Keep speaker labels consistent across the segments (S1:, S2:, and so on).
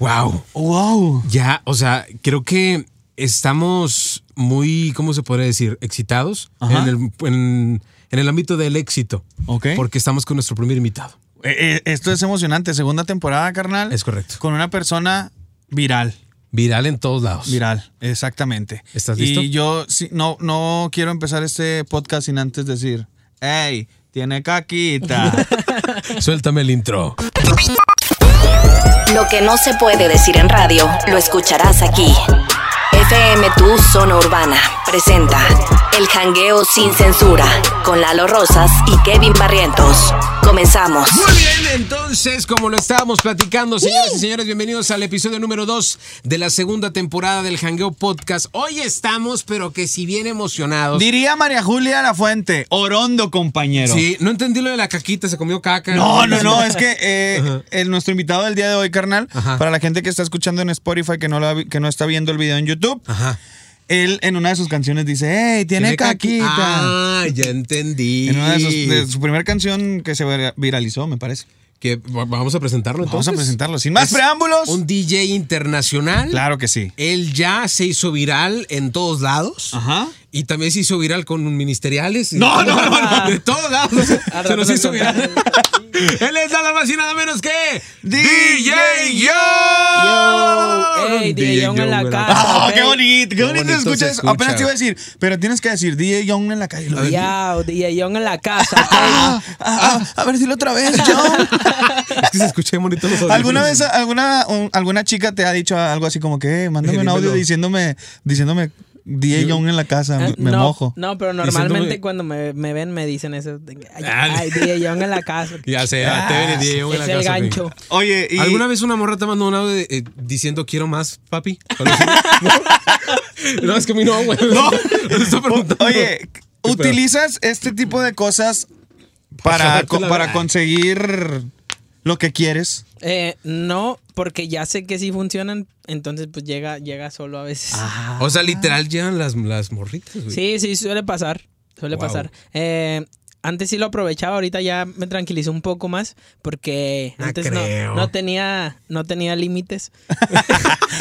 S1: Wow.
S2: Oh, ¡Wow!
S1: Ya, o sea, creo que estamos muy, ¿cómo se podría decir? Excitados
S2: Ajá.
S1: en el, en- en el ámbito del éxito.
S2: Ok.
S1: Porque estamos con nuestro primer invitado.
S2: Eh, eh, esto es emocionante. Segunda temporada, carnal.
S1: Es correcto.
S2: Con una persona viral.
S1: Viral en todos lados.
S2: Viral, exactamente.
S1: ¿Estás listo?
S2: Y yo sí, no, no quiero empezar este podcast sin antes decir, hey, tiene caquita.
S1: Suéltame el intro.
S3: Lo que no se puede decir en radio, lo escucharás aquí. FM Tu Zona Urbana presenta El Jangueo Sin Censura con Lalo Rosas y Kevin Barrientos. Comenzamos.
S1: Muy bien, entonces, como lo estábamos platicando, señoras y señores, bienvenidos al episodio número 2 de la segunda temporada del Hangueo Podcast. Hoy estamos, pero que si bien emocionados.
S2: Diría María Julia La Fuente, orondo, compañero.
S1: Sí, no entendí lo de la caquita, se comió caca.
S2: No, no, no, es que eh, el- nuestro invitado del día de hoy, carnal,
S1: Ajá.
S2: para la gente que está escuchando en Spotify, que no, la vi- que no está viendo el video en YouTube,
S1: Ajá.
S2: él en una de sus canciones dice, hey, tiene,
S1: caqui-
S2: caquita.
S1: Ah, ya entendí.
S2: En una de, sus- de su primera canción que se vira- viralizó, me parece.
S1: Que va- vamos a presentarlo
S2: Vamos
S1: entonces.
S2: a presentarlo. Sin más
S1: Es
S2: preámbulos.
S1: Un DJ internacional.
S2: Claro que sí.
S1: Él ya se hizo viral en todos lados.
S2: Ajá.
S1: Y también se hizo viral con ministeriales.
S2: No, no, no, no.
S1: De todos lados. Se nos
S4: lo
S1: hizo viral. Él es nada más y nada menos que DJ Yo.
S4: Yo. Ey, DJ Young en la
S1: ¿verdad?
S4: casa.
S2: ¡Ah,
S4: ok.
S2: qué bonito! ¡Qué,
S1: Qué
S2: bonito,
S1: bonito
S2: escuchas!
S1: se escucha.
S2: Apenas te iba a decir, pero tienes que decir DJ Young en la calle.
S1: Ah,
S2: Lo-
S4: Yao, DJ John en la casa.
S2: Ah, ah, ah, a ver, dilo otra vez, Young.
S1: Es que se escuché bonito los audios.
S2: ¿Alguna vez alguna, un- alguna chica te ha dicho algo así como que, eh, mándame un
S1: Dímelo.
S2: audio diciéndome, diciéndome DJ Young en la casa?
S4: Eh,
S2: Me, me
S4: no,
S2: mojo.
S4: No, pero
S1: Diciéndome-
S4: normalmente cuando me, me ven me dicen eso. de que, Ay,
S1: Ah,
S4: ay, DJ John en la casa.
S1: Ya sé,
S2: ah,
S1: ya te ven el DJ Young en la
S4: es el
S1: casa, güey.
S4: gancho.
S2: Oye, y-
S1: ¿Alguna vez una morra te mandó un audio eh, diciendo quiero más, papi? no, es que a mí no, güey. No, estoy preguntando.
S2: Oye,
S1: pedo?
S2: ¿utilizas este tipo de cosas
S1: Para
S2: para, co-
S1: darte la
S2: para
S1: verdad.
S2: conseguir lo que quieres?
S4: Eh, no, porque ya sé que sí funcionan, entonces pues llega, llega solo a veces.
S1: O sea, literal llegan las, las morritas, güey.
S4: Sí, sí, suele pasar. Suele
S1: Wow.
S4: pasar. Eh, antes sí lo aprovechaba, ahorita ya me tranquilizó un poco más porque
S1: No
S4: antes
S1: Ah, creo.
S4: no, no tenía, no tenía límites.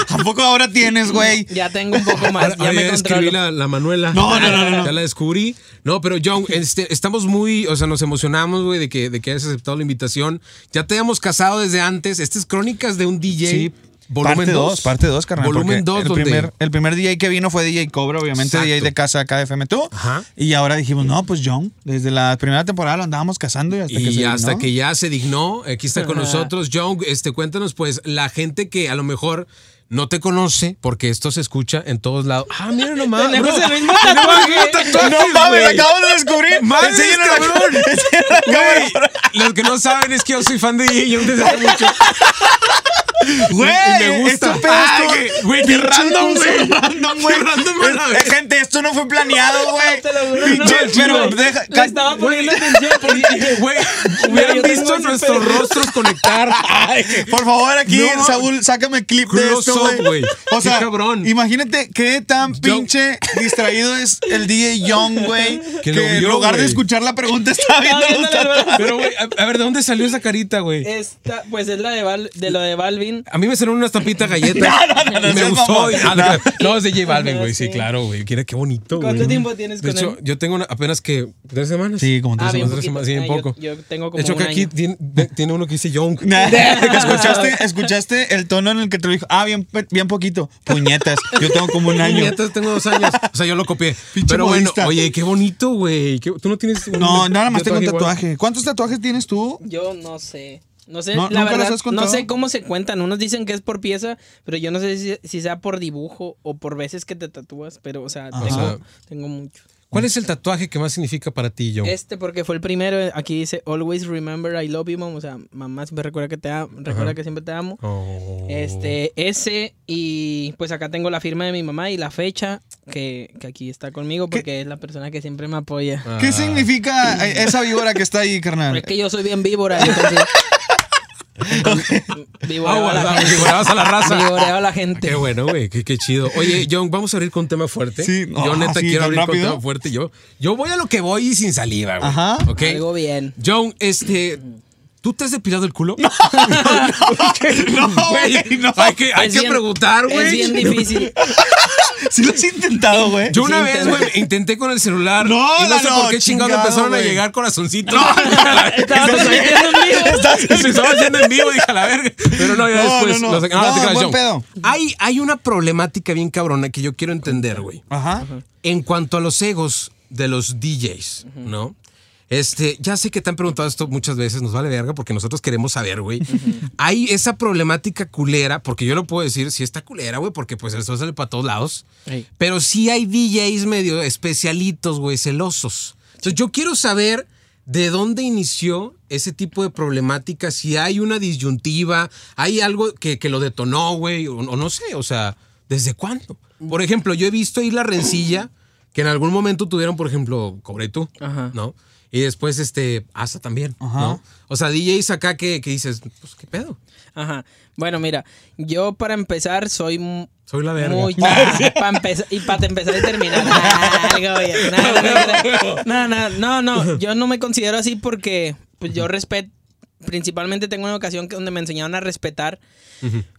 S2: Tampoco ahora tienes, güey.
S4: Ya tengo un poco
S1: Ahora,
S4: más, ya
S1: ahora
S4: me
S1: ya describí
S4: controlo.
S1: la, la Manuela.
S2: No, no, no, no, no.
S1: Ya la descubrí. No, pero John, este, estamos muy, o sea, nos emocionamos, güey, de que, de que hayas aceptado la invitación. Ya te habíamos casado desde antes. Estas crónicas de un DJ.
S2: Sí, parte
S1: volumen
S2: 2, parte 2, carnal.
S1: Volumen 2,
S2: porque el
S1: donde.
S2: primer, el primer DJ que vino fue DJ Cobra, obviamente,
S1: Exacto.
S2: DJ de casa acá de FM2.
S1: Ajá.
S2: Y ahora dijimos, no, pues John, desde la primera temporada lo andábamos cazando y hasta que
S1: Y
S2: se
S1: hasta
S2: dignó.
S1: que ya se dignó, aquí está con
S4: Ajá.
S1: nosotros. John, este, cuéntanos, pues, la gente que a lo mejor no te conoce, porque esto se escucha en todos lados. Ah, mira nomás.
S4: Tenemos
S1: bro.
S4: el mismo
S1: Tenemos
S4: tatuaje.
S1: el mismo tatuaje,
S2: No mames,
S1: güey.
S2: acabo de descubrir.
S1: Madres,
S2: Enseñen a la-
S1: cabrón.
S2: enseñen a la cámara.
S1: Güey, los que no saben es que yo soy fan de DJ Young desde hace mucho.
S2: Güey,
S1: Y me gusta.
S2: esto pedo es
S1: Ay, güey, qué random, güey.
S2: random, güey.
S1: Qué random, güey.
S2: Eh, gente, esto no fue planeado, Ah, güey.
S4: Te lo juro,
S2: Pinche,
S4: no,
S2: pero
S4: güey.
S2: deja.
S4: Le
S2: ca-
S4: estaba
S1: Güey,
S4: poniendo atención.
S1: Güey,
S4: Yo
S1: hubieran
S4: tengo
S1: visto
S4: ese
S1: nuestros
S4: pedo.
S1: rostros conectar.
S2: Por favor, aquí,
S1: No.
S2: Saúl, sácame clip de
S1: Close
S2: esto,
S1: up,
S2: güey.
S1: güey.
S2: O
S1: Qué
S2: sea,
S1: cabrón.
S2: imagínate qué tan
S1: Yo-
S2: pinche distraído es el DJ Young, güey. Que,
S1: Que lo
S2: en
S1: vio,
S2: lugar de
S1: güey.
S2: escuchar la pregunta, estaba viendo
S4: viendo
S2: los
S4: la
S2: tatuajes.
S4: verdad.
S1: Pero, güey, a, a ver, ¿de dónde salió esa carita, güey?
S4: Esta, pues es la de, Val- de lo de Balvin.
S1: A mí me salieron unas tapitas galletas.
S2: no, no,
S1: y me
S2: seas
S1: gustó.
S2: mamón.
S1: Y- ah, No, es de J Balvin,
S4: Ajá,
S1: güey. Sí,
S4: sí.
S1: claro, güey. Mira qué bonito, güey.
S4: ¿Cuánto tiempo tienes
S1: De
S4: con
S1: hecho,
S4: él?
S1: yo tengo una- apenas que tres semanas.
S2: Sí, como tres
S4: Ah, bien
S1: Tres
S4: poquito.
S1: semanas, sí,
S4: Ah,
S1: en
S4: yo-
S1: poco.
S4: yo tengo como
S1: De hecho,
S4: un
S1: que aquí
S4: año.
S1: tiene, de- tiene uno que dice Young.
S2: Nah. ¿Escuchaste, escuchaste el tono en el que te lo dijo, ah, bien, pe- bien poquito. Puñetas, yo tengo como un año.
S1: Puñetas, tengo dos años. O sea, yo lo copié.
S2: Pinche
S1: Pero bueno,
S2: modista.
S1: oye, qué bonito, güey. Qué- Tú no tienes. un
S2: No, nada más tengo un
S1: igual?
S2: tatuaje. ¿Cuántos tatuajes tienes tú?
S4: Yo no sé. No sé,
S2: No, ¿nunca
S4: la
S2: los
S4: verdad,
S2: has contado?
S4: no sé cómo se cuentan. Unos dicen que es por pieza, pero yo no sé si, si sea por dibujo o por veces que te tatúas, pero, o sea, tengo, tengo mucho.
S1: ¿Cuál es el tatuaje que más significa para ti, Young?
S4: Este, porque fue el primero, aquí dice, always remember I love you, mom. O sea, mamá siempre recuerda que te amo, recuerda que siempre te amo.
S1: Oh.
S4: Este, ese, y pues acá tengo la firma de mi mamá y la fecha que, que aquí está conmigo porque es la persona que siempre me apoya.
S1: Ah.
S2: ¿Qué significa eh, esa víbora que está ahí, carnal?
S4: Es que yo soy bien víbora, entonces.
S1: Ah,
S4: Víbora a
S1: bueno,
S4: la
S1: vamos,
S4: gente.
S1: igualados a la raza. Ah,
S4: Viboreo a la
S1: Qué
S4: gente.
S1: bueno, güey, qué, qué chido. Oye, John, vamos a abrir con tema fuerte.
S2: Sí,
S1: yo
S2: ah,
S1: neta
S2: sí,
S1: quiero
S2: tan
S1: abrir
S2: rápido.
S1: con tema fuerte. Yo, yo voy a lo que voy y sin saliva, güey.
S2: Ajá.
S1: ¿Ok?
S4: Algo bien.
S1: John, este, ¿Tú te has depilado el culo?
S2: No,
S1: Güey,
S2: güey, no.
S1: Hay que, hay
S4: Es
S1: que
S4: bien-
S1: preguntar, güey.
S4: Es bien difícil.
S2: Sí lo has intentado, güey.
S1: Yo una
S4: Sí,
S1: vez,
S4: internet.
S1: güey, intenté con el celular.
S2: No,
S1: y no sé
S2: no,
S1: por qué chingados
S2: chingado,
S1: empezaron a
S2: güey.
S1: llegar corazoncitos.
S4: Estaba transmitiendo en vivo.
S1: Se estaba haciendo en vivo, dije a la verga. Pero no, ya
S2: No,
S1: después.
S2: no, no.
S1: lo saqué. Ah,
S2: No,
S1: te creas,
S2: buen
S1: yo.
S2: pedo.
S1: Hay, hay una problemática bien cabrona que yo quiero entender, güey.
S2: Ajá.
S1: En cuanto a los egos de los DJs, ¿no? Este, ya sé que te han preguntado esto muchas veces, nos vale verga porque nosotros queremos saber, güey. Hay esa problemática culera, porque yo lo puedo decir, sí está culera, güey, porque pues el sol sale para todos lados.
S4: Ey.
S1: Pero sí hay DJs medio especialitos, güey, celosos. Entonces yo quiero saber de dónde inició ese tipo de problemática, si hay una disyuntiva, hay algo que, que lo detonó, güey, o, o no sé, o sea, ¿desde cuándo? Por ejemplo, yo he visto ahí la rencilla, que en algún momento tuvieron, por ejemplo, Cobre tú,
S4: Ajá.
S1: ¿no? Y después, este, Asa también,
S2: Ajá.
S1: ¿no? O sea, DJs acá que, que dices, pues, ¿qué pedo?
S4: Ajá. Bueno, mira, yo para empezar soy m-
S1: Soy la verga.
S4: muy para empezar y para empezar y terminar. Algo bien. No, no, mira. No, no, no, no, yo no me considero así porque pues yo respeto principalmente tengo una ocasión que- donde me enseñaron a respetar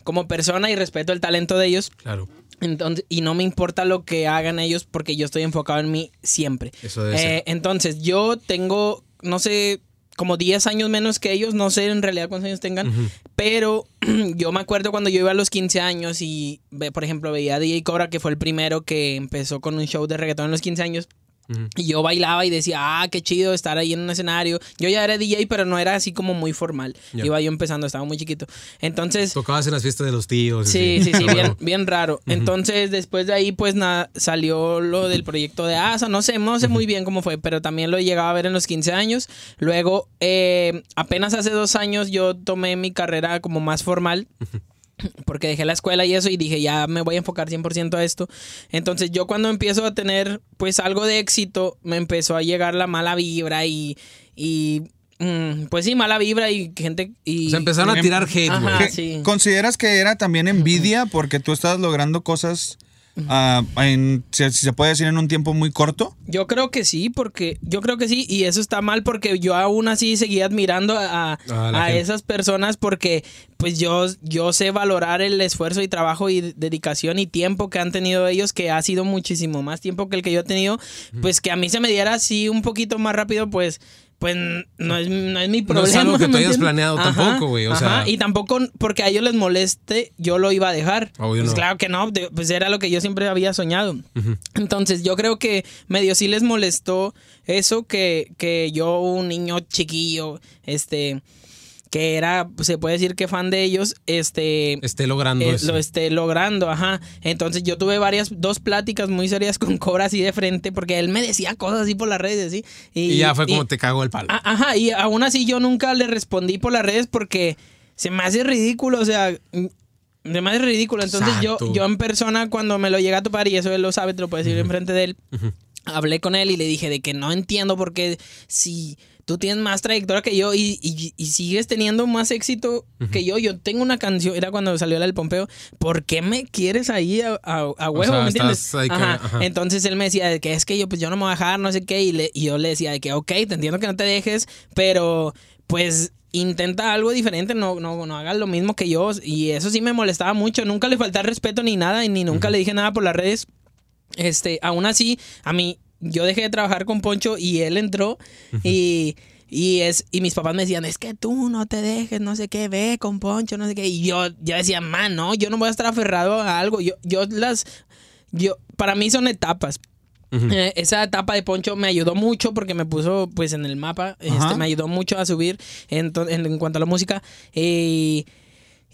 S4: como persona y respeto el talento de ellos.
S1: Claro.
S4: Entonces, y no me importa lo que hagan ellos porque yo estoy enfocado en mí siempre. Eh,
S1: Eso debe ser.
S4: Entonces, yo tengo, no sé, como 10 años menos que ellos, no sé en realidad cuántos años tengan, pero yo me acuerdo cuando yo iba a los 15 años y, ve- por ejemplo, veía a DJ Cobra, que fue el primero que empezó con un show de reggaetón en los 15 años.
S1: Ujú.
S4: Y yo bailaba y decía, ah, qué chido estar ahí en un escenario. Yo ya era DJ, pero no era así como muy formal.
S1: Ya.
S4: Iba yo empezando, estaba muy chiquito. Entonces,
S1: Tocabas en las fiestas de los tíos.
S4: Sí, sí, sí,
S1: Ah,
S4: bien,
S1: huevo.
S4: bien raro. Entonces, después de ahí, pues nada, salió lo del proyecto de ASA. No sé, no sé muy bien cómo fue, pero también lo llegaba a ver en los 15 años. Luego, eh, apenas hace dos años, yo tomé mi carrera como más formal. Porque dejé la escuela y eso y dije, ya me voy a enfocar 100% a esto. Entonces yo cuando empiezo a tener pues algo de éxito, me empezó a llegar la mala vibra y... y mm, pues sí, mala vibra y gente... Y,
S1: O sea, empezaron a tirar hate,
S4: Ajá.
S1: güey.
S4: Ah,
S2: ¿Qué-
S4: sí.
S2: ¿Consideras que era también envidia porque tú estabas logrando cosas, ah, en- si, si se puede decir, en un tiempo muy corto?
S4: Yo creo que sí, porque yo creo que sí, y eso está mal porque yo aún así seguía admirando a, a-
S1: A la
S4: a
S1: gente.
S4: esas personas porque pues yo, yo sé valorar el esfuerzo y trabajo y dedicación y tiempo que han tenido ellos, que ha sido muchísimo más tiempo que el que yo he tenido, pues que a mí se me diera así un poquito más rápido, pues... Pues no es, no es mi
S1: No
S4: problema.
S1: es algo que tú
S4: ¿me
S1: hayas
S4: entiendes?
S1: planeado tampoco, güey, o
S4: ajá,
S1: sea-
S4: Y tampoco porque a ellos les moleste, yo lo iba a dejar.
S1: Obvio
S4: Pues
S1: no.
S4: claro que no, de- pues era lo que yo siempre había soñado. Entonces yo creo que medio sí les molestó eso que, que yo, un niño chiquillo, este, que era, pues, se puede decir que fan de ellos, este...
S1: Esté logrando
S4: eh,
S1: eso.
S4: lo esté logrando, ajá. Entonces yo tuve varias, dos pláticas muy serias con Cobra así de frente, porque él me decía cosas así por las redes, así.
S1: Y, ya fue como
S4: y-
S1: te cagó el palo.
S4: Ah, Ajá, y aún así yo nunca le respondí por las redes porque se me hace ridículo, o sea, mm, se me hace ridículo. Entonces yo,
S1: Exacto.
S4: yo en persona cuando me lo llegué a topar, y eso él lo sabe, te lo puedo decir enfrente de él, hablé con él y le dije de que no entiendo por qué si tú tienes más trayectoria que yo y, y- y sigues teniendo más éxito que yo, yo tengo una canción, era cuando salió la del Pompeo, ¿por qué me quieres ahí a, a- a huevo?
S1: sea,
S4: ¿Me entiendes?
S1: estás ahí que-
S4: Ajá.
S1: ajá.
S4: Entonces él me decía de que es que yo pues yo no me voy a dejar, no sé qué, y, le- y yo le decía de que ok, te entiendo que no te dejes, pero pues intenta algo diferente, no, no, no hagas lo mismo que yo. Y eso sí me molestaba mucho, nunca le falté al respeto ni nada, y ni nunca le dije nada por las redes. Este, aún así, a mí, yo dejé de trabajar con Poncho y él entró y... Y, es, y mis papás me decían, es que tú no te dejes, no sé qué, ve con Poncho, no sé qué. Y yo ya decía, man, no, yo no voy a estar aferrado a algo. Yo, yo las, yo, para mí son etapas. Eh, esa etapa de Poncho me ayudó mucho porque me puso pues en el mapa, este, me ayudó mucho a subir en, to- en- en cuanto a la música. Eh,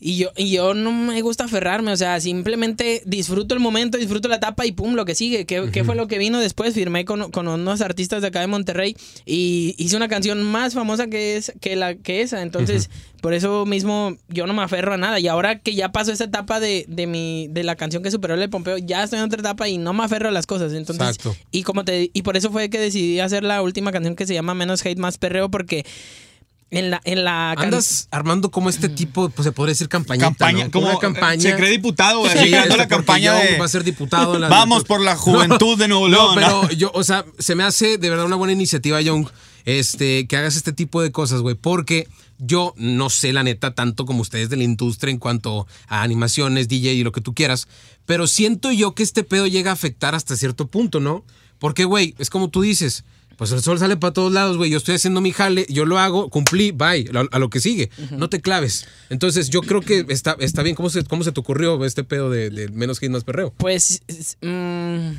S4: y yo, y yo no me gusta aferrarme, o sea, simplemente disfruto el momento, disfruto la etapa y pum, lo que sigue. ¿Qué, qué fue lo que vino después? Firmé con, con unos artistas de acá de Monterrey y hice una canción más famosa que, es, que, la, que esa. Entonces, por eso mismo yo no me aferro a nada. Y ahora que ya pasó esa etapa de, de, mi, de la canción que superó el de Pompeo, ya estoy en otra etapa y no me aferro a las cosas. Entonces,
S1: Exacto.
S4: y como te y por eso fue que decidí hacer la última canción que se llama Menos Hate, Más Perreo, porque en la, en la can-
S1: Andas armando como este tipo, pues se podría decir campañita,
S2: Campaña,
S1: ¿no?
S2: como eh,
S1: una campaña.
S2: Se cree diputado, güey.
S1: Sí,
S2: así, dando
S1: este,
S2: la
S1: porque
S2: campaña
S1: yo
S2: de.
S1: va a ser diputado. en las-
S2: Vamos por la juventud de Nuevo
S1: No,
S2: León. ¿no?
S1: pero yo, o sea, se me hace de verdad una buena iniciativa, Young, este, que hagas este tipo de cosas, güey, porque Yo no sé la neta tanto como ustedes de la industria en cuanto a animaciones, DJ y lo que tú quieras, pero siento yo que este pedo llega a afectar hasta cierto punto, ¿no? Porque, güey, es como tú dices, pues el sol sale para todos lados, güey, yo estoy haciendo mi jale, yo lo hago, cumplí, bye, a, a lo que sigue, no te claves. Entonces, yo creo que está, está bien, ¿Cómo se, ¿cómo se te ocurrió este pedo de, de menos hit, más perreo?
S4: Pues. es- mm,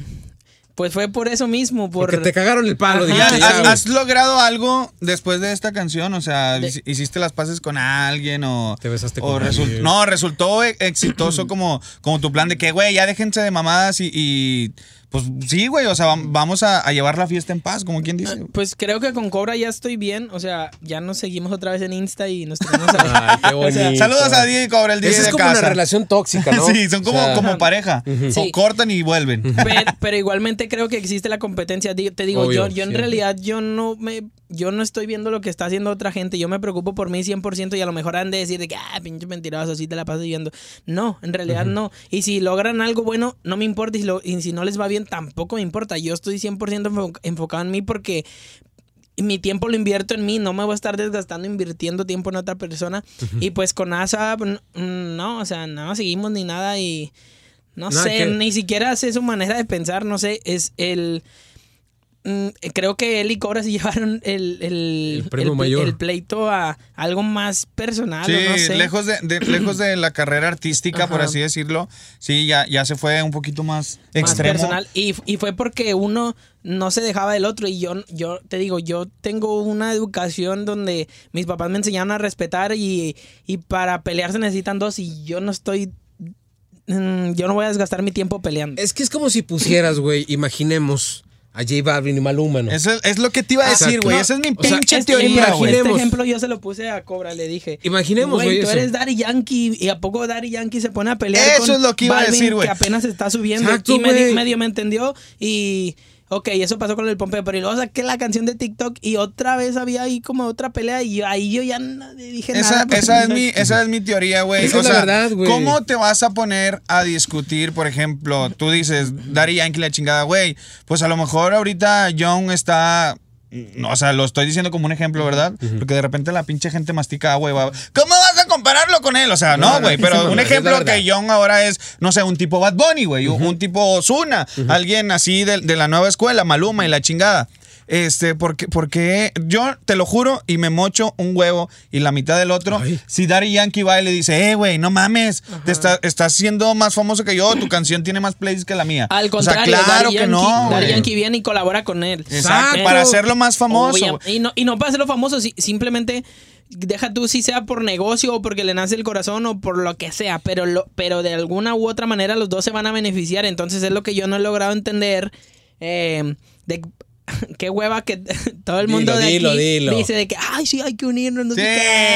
S4: pues fue por eso mismo. Por...
S1: Porque te cagaron el palo,
S4: Ajá.
S2: Ya,
S1: dijiste,
S2: ¿has,
S1: ya, güey.
S2: has logrado algo después de esta canción? O sea, hici- ¿hiciste las paces con alguien o...
S1: Te besaste
S2: o
S1: con
S2: resul-
S1: alguien.
S2: No, resultó e- exitoso como, como tu plan de que, güey, ya déjense de mamadas y... y, pues sí, güey, o sea, vam- vamos a, a llevar la fiesta en paz, como quien dice.
S4: Pues creo que con Cobra ya estoy bien. O sea, ya nos seguimos otra vez en Insta y nos tenemos a.
S1: Ay, qué
S4: o sea,
S1: bonito.
S2: Saludos a Diego y Cobra, el DJ
S1: Esa es
S2: de
S1: como
S2: casa.
S1: una relación tóxica, ¿no?
S2: sí, son como,
S1: O sea,
S2: como pareja.
S4: Sí.
S2: O cortan y vuelven.
S4: Pero, pero igualmente creo que existe la competencia. Di- Te digo,
S1: Obvio,
S4: yo, yo en
S1: siempre.
S4: realidad yo no me yo no estoy viendo lo que está haciendo otra gente. Yo me preocupo por mí 100% y a lo mejor han de decir de que, ah, pinche mentiroso, así te la pasas viviendo. No, en realidad no. Y si logran algo bueno, no me importa. Y si, lo- y si no les va bien, tampoco me importa. Yo estoy 100% enfo- enfocado en mí porque y mi tiempo lo invierto en mí, no me voy a estar desgastando invirtiendo tiempo en otra persona. Y pues con ASAP, n- mm, no, o sea, no seguimos ni nada y no
S1: Nada
S4: sé,
S1: que-
S4: ni siquiera sé su manera de pensar, no sé, es el... mm, Creo que él y Cobra se llevaron el, el,
S1: El premio
S4: el-
S1: mayor.
S4: el pleito a algo más personal.
S2: Sí,
S4: o no sé.
S2: lejos, de, de- lejos de la carrera artística, por
S4: Ajá.
S2: así decirlo. Sí, ya, ya se fue un poquito más,
S4: más
S2: extremo.
S4: personal. Y, y fue porque uno no se dejaba del otro. Y yo, yo te digo, yo tengo una educación donde mis papás me enseñaron a respetar y, y para pelear se necesitan dos. Y yo no estoy. mm, Yo no voy a desgastar mi tiempo peleando.
S1: Es que es como si pusieras, güey, imaginemos a J Balvin y Maluma, ¿no?
S2: Eso Es, es lo que te iba a
S1: Exacto.
S2: decir, güey.
S1: No,
S2: Esa es mi
S1: o sea,
S2: pinche
S4: Este-
S2: teoría,
S4: imagina-
S2: güey.
S1: imagínate-
S4: Este
S1: Imaginemos.
S4: ejemplo yo se lo puse a Cobra, le dije.
S1: Imaginemos, güey,
S4: tú
S1: eso.
S4: eres Daddy Yankee y a poco Daddy Yankee se pone a pelear.
S2: Eso
S4: con
S2: es lo que iba a
S4: Balvin,
S2: decir, güey.
S4: Que apenas está subiendo.
S1: Exacto,
S4: y medio,
S1: güey.
S4: medio me entendió. Y. Ok, eso pasó con el Pompeo, pero y luego saqué la canción de TikTok y otra vez había ahí como otra pelea y yo- ahí yo ya no le dije
S2: Esa,
S4: nada. porque
S2: esa es
S4: no-
S2: mi, esa es mi teoría, güey.
S1: Esa
S2: O
S1: es la
S2: sea,
S1: verdad, güey.
S2: ¿Cómo te vas a poner a discutir, por ejemplo? Tú dices, Daddy Yankee la chingada, güey. Pues a lo mejor ahorita Young está. No, o sea, lo estoy diciendo como un ejemplo, ¿verdad? Porque de repente la pinche gente mastica, güey. va- ¿Cómo vas a compararlo con él? O sea,
S1: No,
S2: no,
S1: no,
S2: güey.
S1: sí, sí,
S2: Pero
S1: mamá,
S2: un
S1: es la
S2: ejemplo
S1: verdad.
S2: que Young ahora es, no sé, un tipo Bad Bunny, güey. un- Un tipo Ozuna. Alguien así de, de la nueva escuela, Maluma y la chingada. Este, porque, porque yo te lo juro y me mocho un huevo y la mitad del otro.
S1: Ay.
S2: Si Daddy Yankee va y le dice, eh, güey, no mames, te está- estás siendo más famoso que yo, tu canción tiene más plays que la mía.
S4: Al
S2: O sea,
S4: contrario,
S2: claro
S4: Daddy
S2: que
S4: Yankee-
S2: no.
S4: Daddy
S2: güey.
S4: Yankee viene y colabora con él.
S2: Exacto,
S1: Exacto.
S2: para hacerlo más famoso.
S4: Obvia-
S2: güey.
S4: Y no, y no para hacerlo famoso, si- simplemente deja tú si sea por negocio o porque le nace el corazón o por lo que sea, pero, lo, pero de alguna u otra manera los dos se van a beneficiar. Entonces es lo que yo no he logrado entender. eh, de qué hueva que todo el
S1: Dilo,
S4: mundo de
S1: dilo,
S4: aquí
S1: dilo.
S4: dice de que ay sí hay que unirnos no sé
S2: Sí,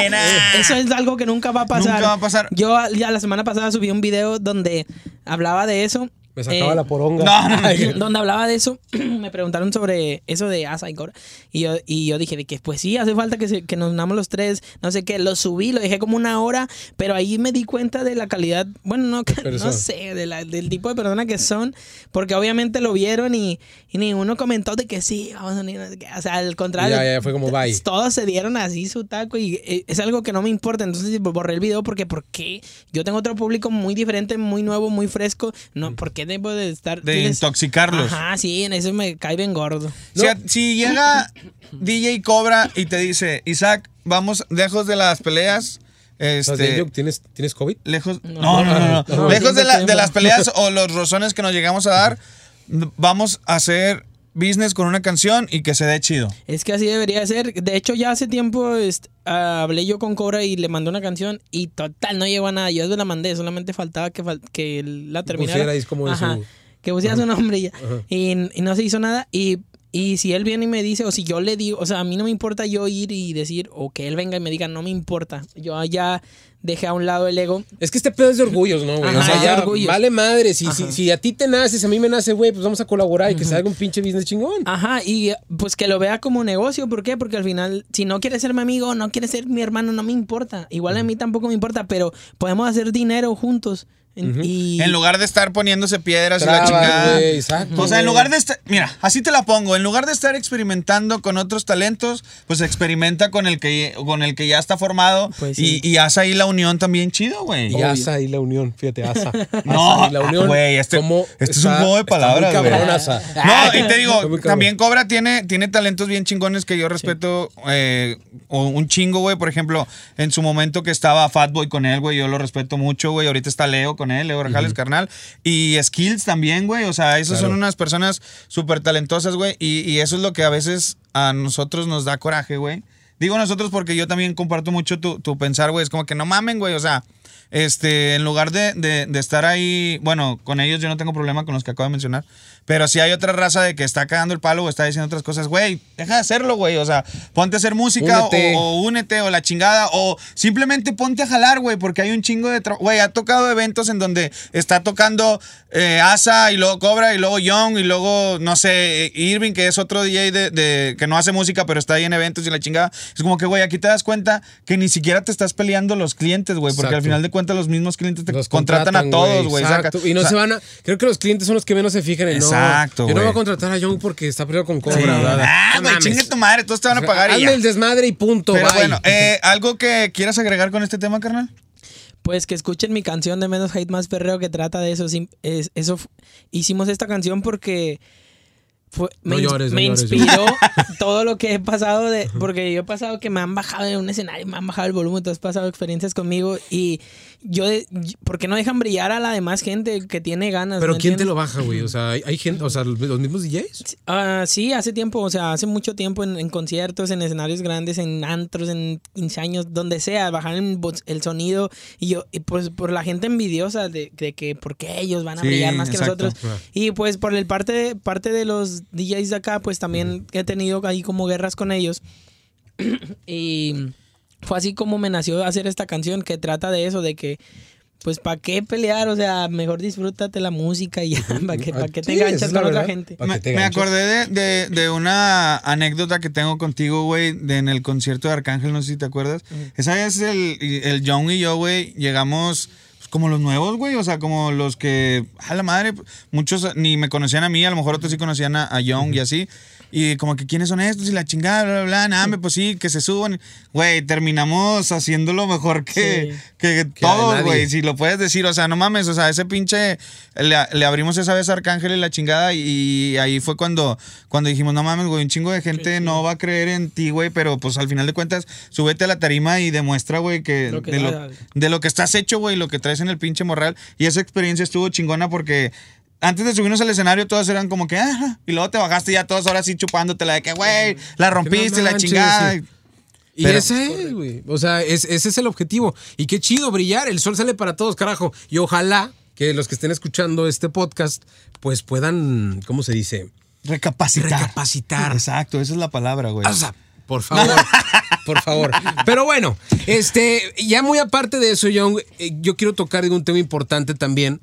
S4: qué".
S2: nah.
S4: eso es algo que nunca va a pasar
S2: Nunca va a pasar.
S4: yo a- ya la semana pasada subí un video donde hablaba de eso
S1: Me sacaba
S4: Eh,
S1: la poronga.
S2: No, no, no.
S1: Ay,
S4: donde hablaba de eso, me preguntaron sobre eso de Asa y Cobra. Y yo, y yo dije de que pues sí, hace falta que, se- que nos unamos los tres, no sé qué. Lo subí, lo dejé como una hora, pero ahí me di cuenta de la calidad, bueno, no, que- no
S1: persona.
S4: sé, de la- del tipo de persona que son, porque obviamente lo vieron y, y ninguno comentó de que sí, vamos a unirnos. O sea, al contrario.
S1: Ya, ya, fue como, bye.
S4: Todos se dieron así su taco y eh, es algo que no me importa. Entonces borré el video porque ¿por qué? Yo tengo otro público muy diferente, muy nuevo, muy fresco.
S1: Mm.
S4: No, ¿por qué debo de estar
S2: De
S4: les-
S2: intoxicarlos.
S4: Ajá, sí, en eso me cae bien gordo.
S2: Si, a- si llega DJ Cobra y te dice, Isaac, vamos lejos de las peleas.
S1: ¿Estás
S2: Este,
S1: bien, Yuk? ¿Tienes, ¿Tienes COVID?
S2: Lejos. No, no, no. no. Lejos
S4: No, siempre
S2: de, la- de
S4: tengo.
S2: las peleas o los rozones que nos llegamos a dar, vamos a hacer business con una canción y que se dé chido.
S4: Es que así debería ser. De hecho, ya hace tiempo este, ah, hablé yo con Cobra y le mandé una canción y total, no llegó a nada. Yo se la mandé, solamente faltaba que, fal- que él la terminara.
S1: Pusiera ahí como en
S4: Ajá,
S1: su-
S4: Que pusiera su nombre y ya. Y, y no se hizo nada. Y, y si él viene y me dice, o si yo le digo, o sea, a mí no me importa yo ir y decir, o que él venga y me diga, no me importa. Yo ya dejé a un lado el ego.
S1: Es que este pedo es de orgullos, ¿no, güey?
S4: Ajá,
S1: o sea,
S4: es de
S1: ya
S4: orgullos.
S1: vale madre. Si, si, si a ti te naces, a mí me nace, güey, pues vamos a colaborar y que salga un pinche business chingón.
S2: Ah,
S4: Ajá, y pues que lo vea como negocio. ¿Por qué? Porque al final, si no quieres ser mi amigo, no quieres ser mi hermano, no me importa. Igual a mí tampoco me importa, pero podemos hacer dinero juntos. En- y...
S2: En lugar de estar poniéndose piedras y pues, la
S1: Trabas,
S2: chingada.
S1: güey, exacto,
S2: o sea, en
S1: güey.
S2: lugar de estar. Mira, así te la pongo. En lugar de estar experimentando con otros talentos, pues experimenta con el que, con el que ya está formado.
S4: Pues sí.
S2: y, y haz ahí la unión también chido, güey.
S1: Y Asa y la unión, fíjate, Asa. Asa
S2: No,
S1: y la unión.
S2: güey, este,
S1: ¿Cómo
S2: este es un
S1: está-
S2: juego de
S1: está muy
S2: palabras, güey.
S1: cabrón, Asa.
S2: No, y te digo,
S1: Está muy cabrón.
S2: también Cobra tiene, tiene talentos bien chingones que yo respeto eh, o- un chingo, güey. Por ejemplo, en su momento que estaba Fatboy con él, güey, yo lo respeto mucho, güey. Ahorita está Leo con él, Leo Rajales, carnal. Y Skills también, güey. O sea, esas son unas personas súper talentosas, güey. Y, y eso es lo que a veces a nosotros nos da coraje, güey. Digo nosotros porque yo también comparto mucho tu, tu pensar, güey. Es como que no mamen, güey. O sea, este, en lugar de, de- de estar ahí, bueno, con ellos yo no tengo problema con los que acabo de mencionar. Pero si hay otra raza de que está cagando el palo o está diciendo otras cosas, güey, deja de hacerlo, güey. O sea, ponte a hacer música
S1: Únete.
S2: O, o únete o la chingada. O simplemente ponte a jalar, güey, porque hay un chingo de... tra- Güey, ha tocado eventos en donde está tocando eh, Asa y luego Cobra y luego Young y luego, no sé, eh, Irving, que es otro DJ de, de- que no hace música, pero está ahí en eventos y la chingada. Es como que, güey, aquí te das cuenta que ni siquiera te estás peleando los clientes, güey, porque al
S1: Exacto.
S2: final de cuentas los mismos clientes te
S1: Los
S2: contratan, a todos, güey.
S1: exacto.
S2: saca-
S1: Y no
S2: o sea,
S1: se van a. Creo que los clientes son los que menos se fijan en no,
S2: Exacto,
S1: Yo no
S2: güey.
S1: voy a contratar a John porque está peleado con cobra.
S2: Sí.
S1: bla, bla.
S2: Ah,
S1: No
S2: güey,
S1: mames.
S2: chingue tu madre, todos te van a pagar y
S1: Hazme
S2: ya.
S1: el desmadre y punto.
S2: Pero
S1: bye.
S2: bueno, eh, ¿algo que quieras agregar con este tema, carnal?
S4: Pues que escuchen mi canción de Menos Hate Más Perreo que trata de eso. Sim- es- eso fu- hicimos esta canción porque fue- me,
S1: No
S4: ins-
S1: llores, no
S4: me
S1: llores,
S4: inspiró todo lo que he pasado de, porque yo he pasado que me han bajado en un escenario, me han bajado el volumen, tú has pasado experiencias conmigo y yo, de- y- ¿por qué no dejan brillar a la demás gente que tiene ganas?
S1: Pero
S4: ¿me
S1: ¿quién te lo
S4: entiendes?
S1: baja, güey? O sea, hay, hay gente, o sea, los los mismos DJs.
S4: Ah, sí, hace tiempo, o sea, hace mucho tiempo en, en conciertos, en escenarios grandes, en antros, en 15 años, donde sea, bajar el, bo- el sonido y yo, y pues por la gente envidiosa de, de que por qué ellos van a
S2: Sí,
S4: brillar más que
S2: exacto.
S4: nosotros. Y pues por el parte de, parte de los DJs de acá, pues también he tenido ahí como guerras con ellos. y fue así como me nació hacer esta canción que trata de eso, de que pues para qué pelear, o sea, mejor disfrútate la música y ya, para que, pa' que
S1: Sí,
S4: te
S1: esa
S4: enganches
S1: es la
S4: con otra
S1: verdad.
S4: gente.
S1: Pa' que
S2: Me,
S1: te
S2: me
S1: ganches.
S2: acordé de, de- de una anécdota que tengo contigo, güey, de en el concierto de Arcángel, no sé si te acuerdas. Esa vez el, el John y yo, güey, llegamos pues, como los nuevos, güey, o sea, como los que, a la madre, muchos ni me conocían a mí, a lo mejor otros sí conocían a, a John y así. Y como que, ¿quiénes son estos? Y la chingada, bla, bla, bla, nada, hombre, pues sí, que se suban. Güey, terminamos haciéndolo mejor que,
S4: Sí.
S2: que
S1: Que a
S2: todos,
S1: nadie.
S2: güey si lo puedes decir, o sea, no mames, o sea, ese pinche le, le abrimos esa vez a Arcángel y la chingada y ahí fue cuando cuando dijimos, no mames, güey, un chingo de gente no va a creer en ti, güey, pero pues al final de cuentas, súbete a la tarima y demuestra, güey, que,
S4: Lo que
S2: de, lo,
S4: traes.
S2: de lo que estás hecho, güey, lo que traes en el pinche morral y esa experiencia estuvo chingona porque antes de subirnos al escenario todos eran como que, ah, y luego te bajaste ya todas horas así chupándote la de que, güey, la rompiste, la
S1: manches,
S2: chingada.
S1: sí. Y
S2: Pero-
S1: ese es, güey. O sea, es- ese es el objetivo. Y qué chido brillar. El sol sale para todos, carajo. Y ojalá que los que estén escuchando este podcast, pues puedan, ¿cómo se dice?
S2: Recapacitar.
S1: Recapacitar.
S2: Exacto, esa es la palabra, güey.
S1: Ah, O sea, por favor, por favor. Pero bueno, este, ya muy aparte de eso, John, eh, yo quiero tocar de un tema importante también.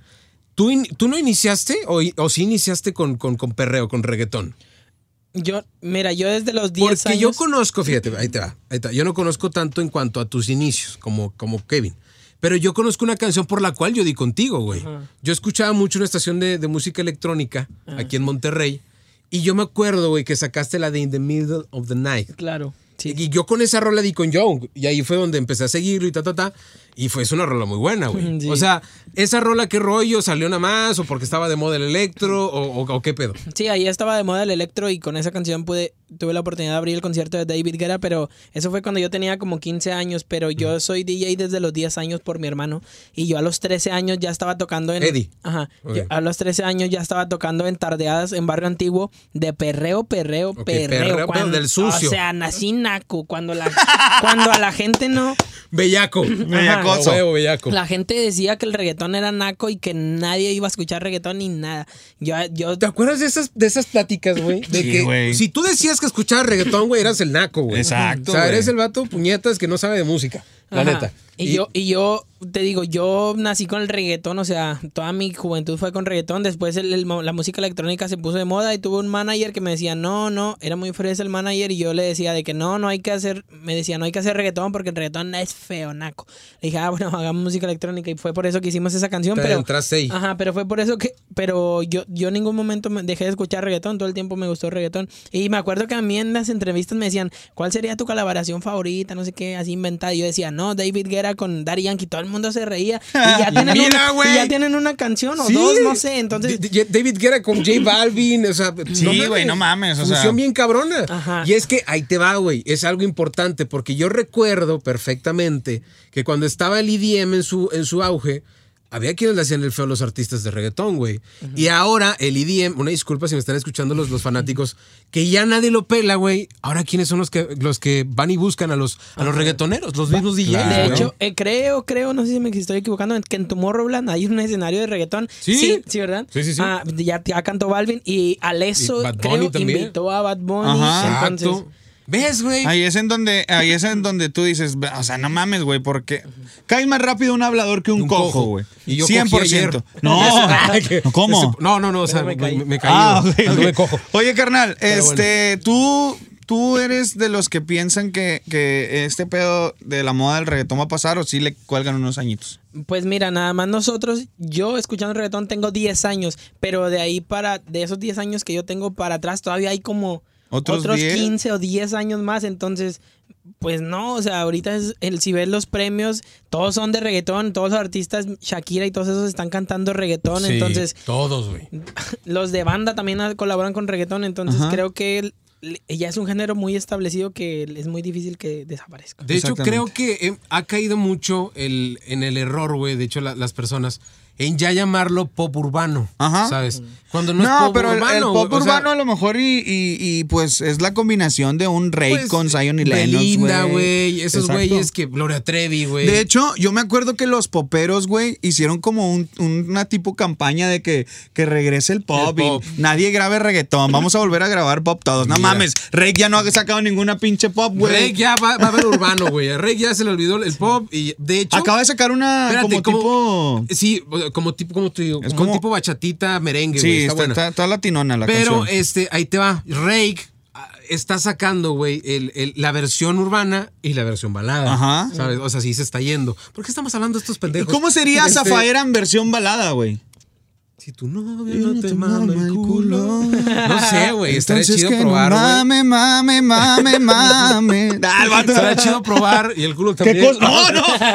S1: ¿Tú, in- tú no iniciaste o, i- o sí iniciaste con, con, con perreo, con reggaetón?
S4: Yo, mira, yo desde los 10
S1: Porque
S4: años.
S1: yo conozco, fíjate, ahí te va, ahí te va. Yo no conozco tanto en cuanto a tus inicios, como, como Kevin. Pero yo conozco una canción por la cual yo di contigo, güey. Yo escuchaba mucho una estación de, de música electrónica aquí en Monterrey. Y yo me acuerdo, güey, que sacaste la de In the Middle of the Night.
S4: Claro. Sí.
S1: Y yo con esa rola di con Young. Y ahí fue donde empecé a seguirlo y ta, ta, ta. Y fue, es una rola muy buena, güey.
S4: Sí.
S1: O sea, esa rola, ¿qué rollo? ¿Salió nada más? ¿O porque estaba de moda el electro? ¿O, o- o qué pedo?
S4: Sí, ahí estaba de moda el electro y con esa canción pude, tuve la oportunidad de abrir el concierto de David Guerra, pero eso fue cuando yo tenía como 15 años, pero yo soy DJ desde los 10 años por mi hermano y yo a los 13 años ya estaba tocando en...
S1: Eddie.
S4: Ajá.
S1: Ok.
S4: Yo a los 13 años ya estaba tocando en tardeadas en Barrio Antiguo de perreo, perreo,
S1: Ok,
S4: perreo.
S1: perreo, pero del sucio.
S4: O sea, nací naco, cuando, la, cuando a la gente no...
S1: Bellaco.
S2: Bellacoso.
S1: A huevo, bellaco.
S4: La gente decía que el reggaetón era naco y que nadie iba a escuchar reggaetón ni nada. Yo, yo
S1: ¿Te acuerdas de esas, de esas pláticas, güey? De
S2: Sí,
S1: que
S2: güey.
S1: si tú decías que escuchabas reggaetón, güey, eras el naco, güey.
S2: Exacto,
S1: O sea,
S2: güey.
S1: eres el vato puñetas que no sabe de música.
S5: la
S4: Ajá.
S5: neta.
S4: Y, yo, y yo te digo, yo nací con el reggaetón, o sea, toda mi juventud fue con reggaetón. Después el- el mo- la música electrónica se puso de moda y tuve un manager que me decía, no, no, era muy fresa el manager y yo le decía de que no, no hay que hacer, me decía, no hay que hacer reggaetón porque el reggaetón es feo, naco. Le dije, ah, bueno, hagamos música electrónica y fue por eso que hicimos esa canción.
S1: Te
S4: pero
S1: adentraste ahí.
S4: Ajá, pero fue por eso que, pero yo, yo en ningún momento me dejé de escuchar reggaetón, todo el tiempo me gustó reggaetón. Y me acuerdo que a mí en las entrevistas me decían, ¿cuál sería tu colaboración favorita? No sé qué, así inventada. Y yo decía, no, David Guerra con Daddy Yankee, todo el mundo se reía. Y ya tienen,
S1: Mira,
S4: una,
S1: güey.
S4: y ya tienen una canción o
S1: Sí.
S4: dos, no sé, entonces...
S1: D- D- David Guerra con J Balvin, o sea,
S2: Sí, güey, no mames, o sea.
S1: Fusión bien cabrona.
S4: Ajá.
S1: Y es que ahí te va, güey, es algo importante porque yo recuerdo perfectamente que cuando estaba el EDM en su en su auge había quienes le hacían el feo a los artistas de reggaetón, güey. Y ahora el EDM, una disculpa si me están escuchando los, los fanáticos, que ya nadie lo pela, güey. Ahora, ¿quiénes son los que, los que van y buscan a los, a los reggaetoneros? Los mismos DJs.
S2: claro.
S4: De
S1: güey.
S4: hecho, eh, creo, creo, no sé si me estoy equivocando, que en Tomorrowland hay un escenario de reggaetón.
S1: Sí.
S4: sí, ¿verdad?
S1: Sí, sí, sí.
S4: Ah, ya, ya cantó Balvin y
S1: Y
S4: Alesso,
S1: Bad Bunny
S4: creo,
S1: también.
S4: invitó a Bad Bunny.
S2: Ajá.
S4: entonces,
S1: Exacto. ¿Ves, güey?
S2: Ahí es en donde, ahí es en donde tú dices, o sea, no mames, güey, porque cae más rápido un hablador que un,
S1: un
S2: cojo,
S1: cojo.
S2: güey.
S1: Y yo cogí
S2: 100%.
S1: ayer.
S2: No, ¿cómo? Ah,
S1: Ese- no, no, no, o sea, me,
S4: me caí.
S1: me caí.
S2: ok,
S1: güey. Ando
S2: ok.
S1: de cojo.
S2: Oye, carnal, este, tú, tú eres de los que piensan que, que este pedo de la moda del reggaetón va a pasar o sí le cuelgan unos añitos.
S4: Pues mira, nada más nosotros, yo escuchando reggaetón tengo 10 años, pero de ahí para, de esos 10 años que yo tengo para atrás, todavía hay como
S2: ¿Otros 10?
S4: 15 o 10 años más, entonces, pues no, o sea, ahorita es el, si ves los premios, todos son de reggaetón, todos los artistas, Shakira y todos esos están cantando reggaetón,
S1: Sí,
S4: entonces
S1: Todos, güey.
S4: los de banda también ah, colaboran con reggaetón, entonces creo que el- le- ya es un género muy establecido que es muy difícil que desaparezca.
S1: De hecho,
S2: Exactamente.
S1: creo que eh, ha caído mucho el, en el error, güey, de hecho, la- las personas, en ya llamarlo pop urbano,
S2: Ajá.
S1: ¿sabes? Cuando no,
S2: No,
S1: es pop
S2: pero el-
S1: urbano.
S2: el,
S1: güey,
S2: pop
S1: o sea,
S2: urbano a lo mejor y, y- y, pues es la combinación de un rey
S1: pues,
S2: con Zion y Lennox,
S1: Belinda, güey, esos
S2: Exacto.
S1: güeyes que Gloria Trevi, güey.
S2: De hecho, yo me acuerdo que los poperos, güey, hicieron como un- una tipo campaña de que, que regrese el pop,
S1: El pop.
S2: y nadie grabe reggaetón. Vamos a volver a grabar pop todos. No
S1: Mira.
S2: mames, Rake ya no ha sacado ninguna pinche pop,
S1: Rey
S2: güey.
S1: ya va, va a haber urbano, güey. A Rey ya se le olvidó el pop y de hecho.
S2: Acaba de sacar una
S1: Espérate,
S2: Ah, como, tipo...
S1: Sí, como tipo, como te digo,
S2: Es
S1: como
S2: como-
S1: tipo bachatita, merengue,
S2: Sí,
S1: güey. Está,
S2: está,
S1: buena.
S2: está- está latinona la
S1: Pero
S2: canción.
S1: este, ahí te va. Rake ah, está sacando, güey, el- el- la versión urbana y la versión balada.
S2: Ajá.
S1: ¿Sabes? O sea, sí se está yendo. ¿Por qué estamos hablando de estos
S2: ¿Y
S1: pendejos?
S2: cómo sería
S1: Este,
S2: Zafaera en versión balada, güey?
S1: Si tu novia no te mama el culo. No sé, Eh, güey. Estaría
S2: Entonces
S1: chido
S2: que no
S1: probar, güey.
S2: Mame, mame, mame, mame. Ah, el vato-
S1: Estaría chido probar y el culo
S2: ¿Qué
S1: también.
S2: cosa? No,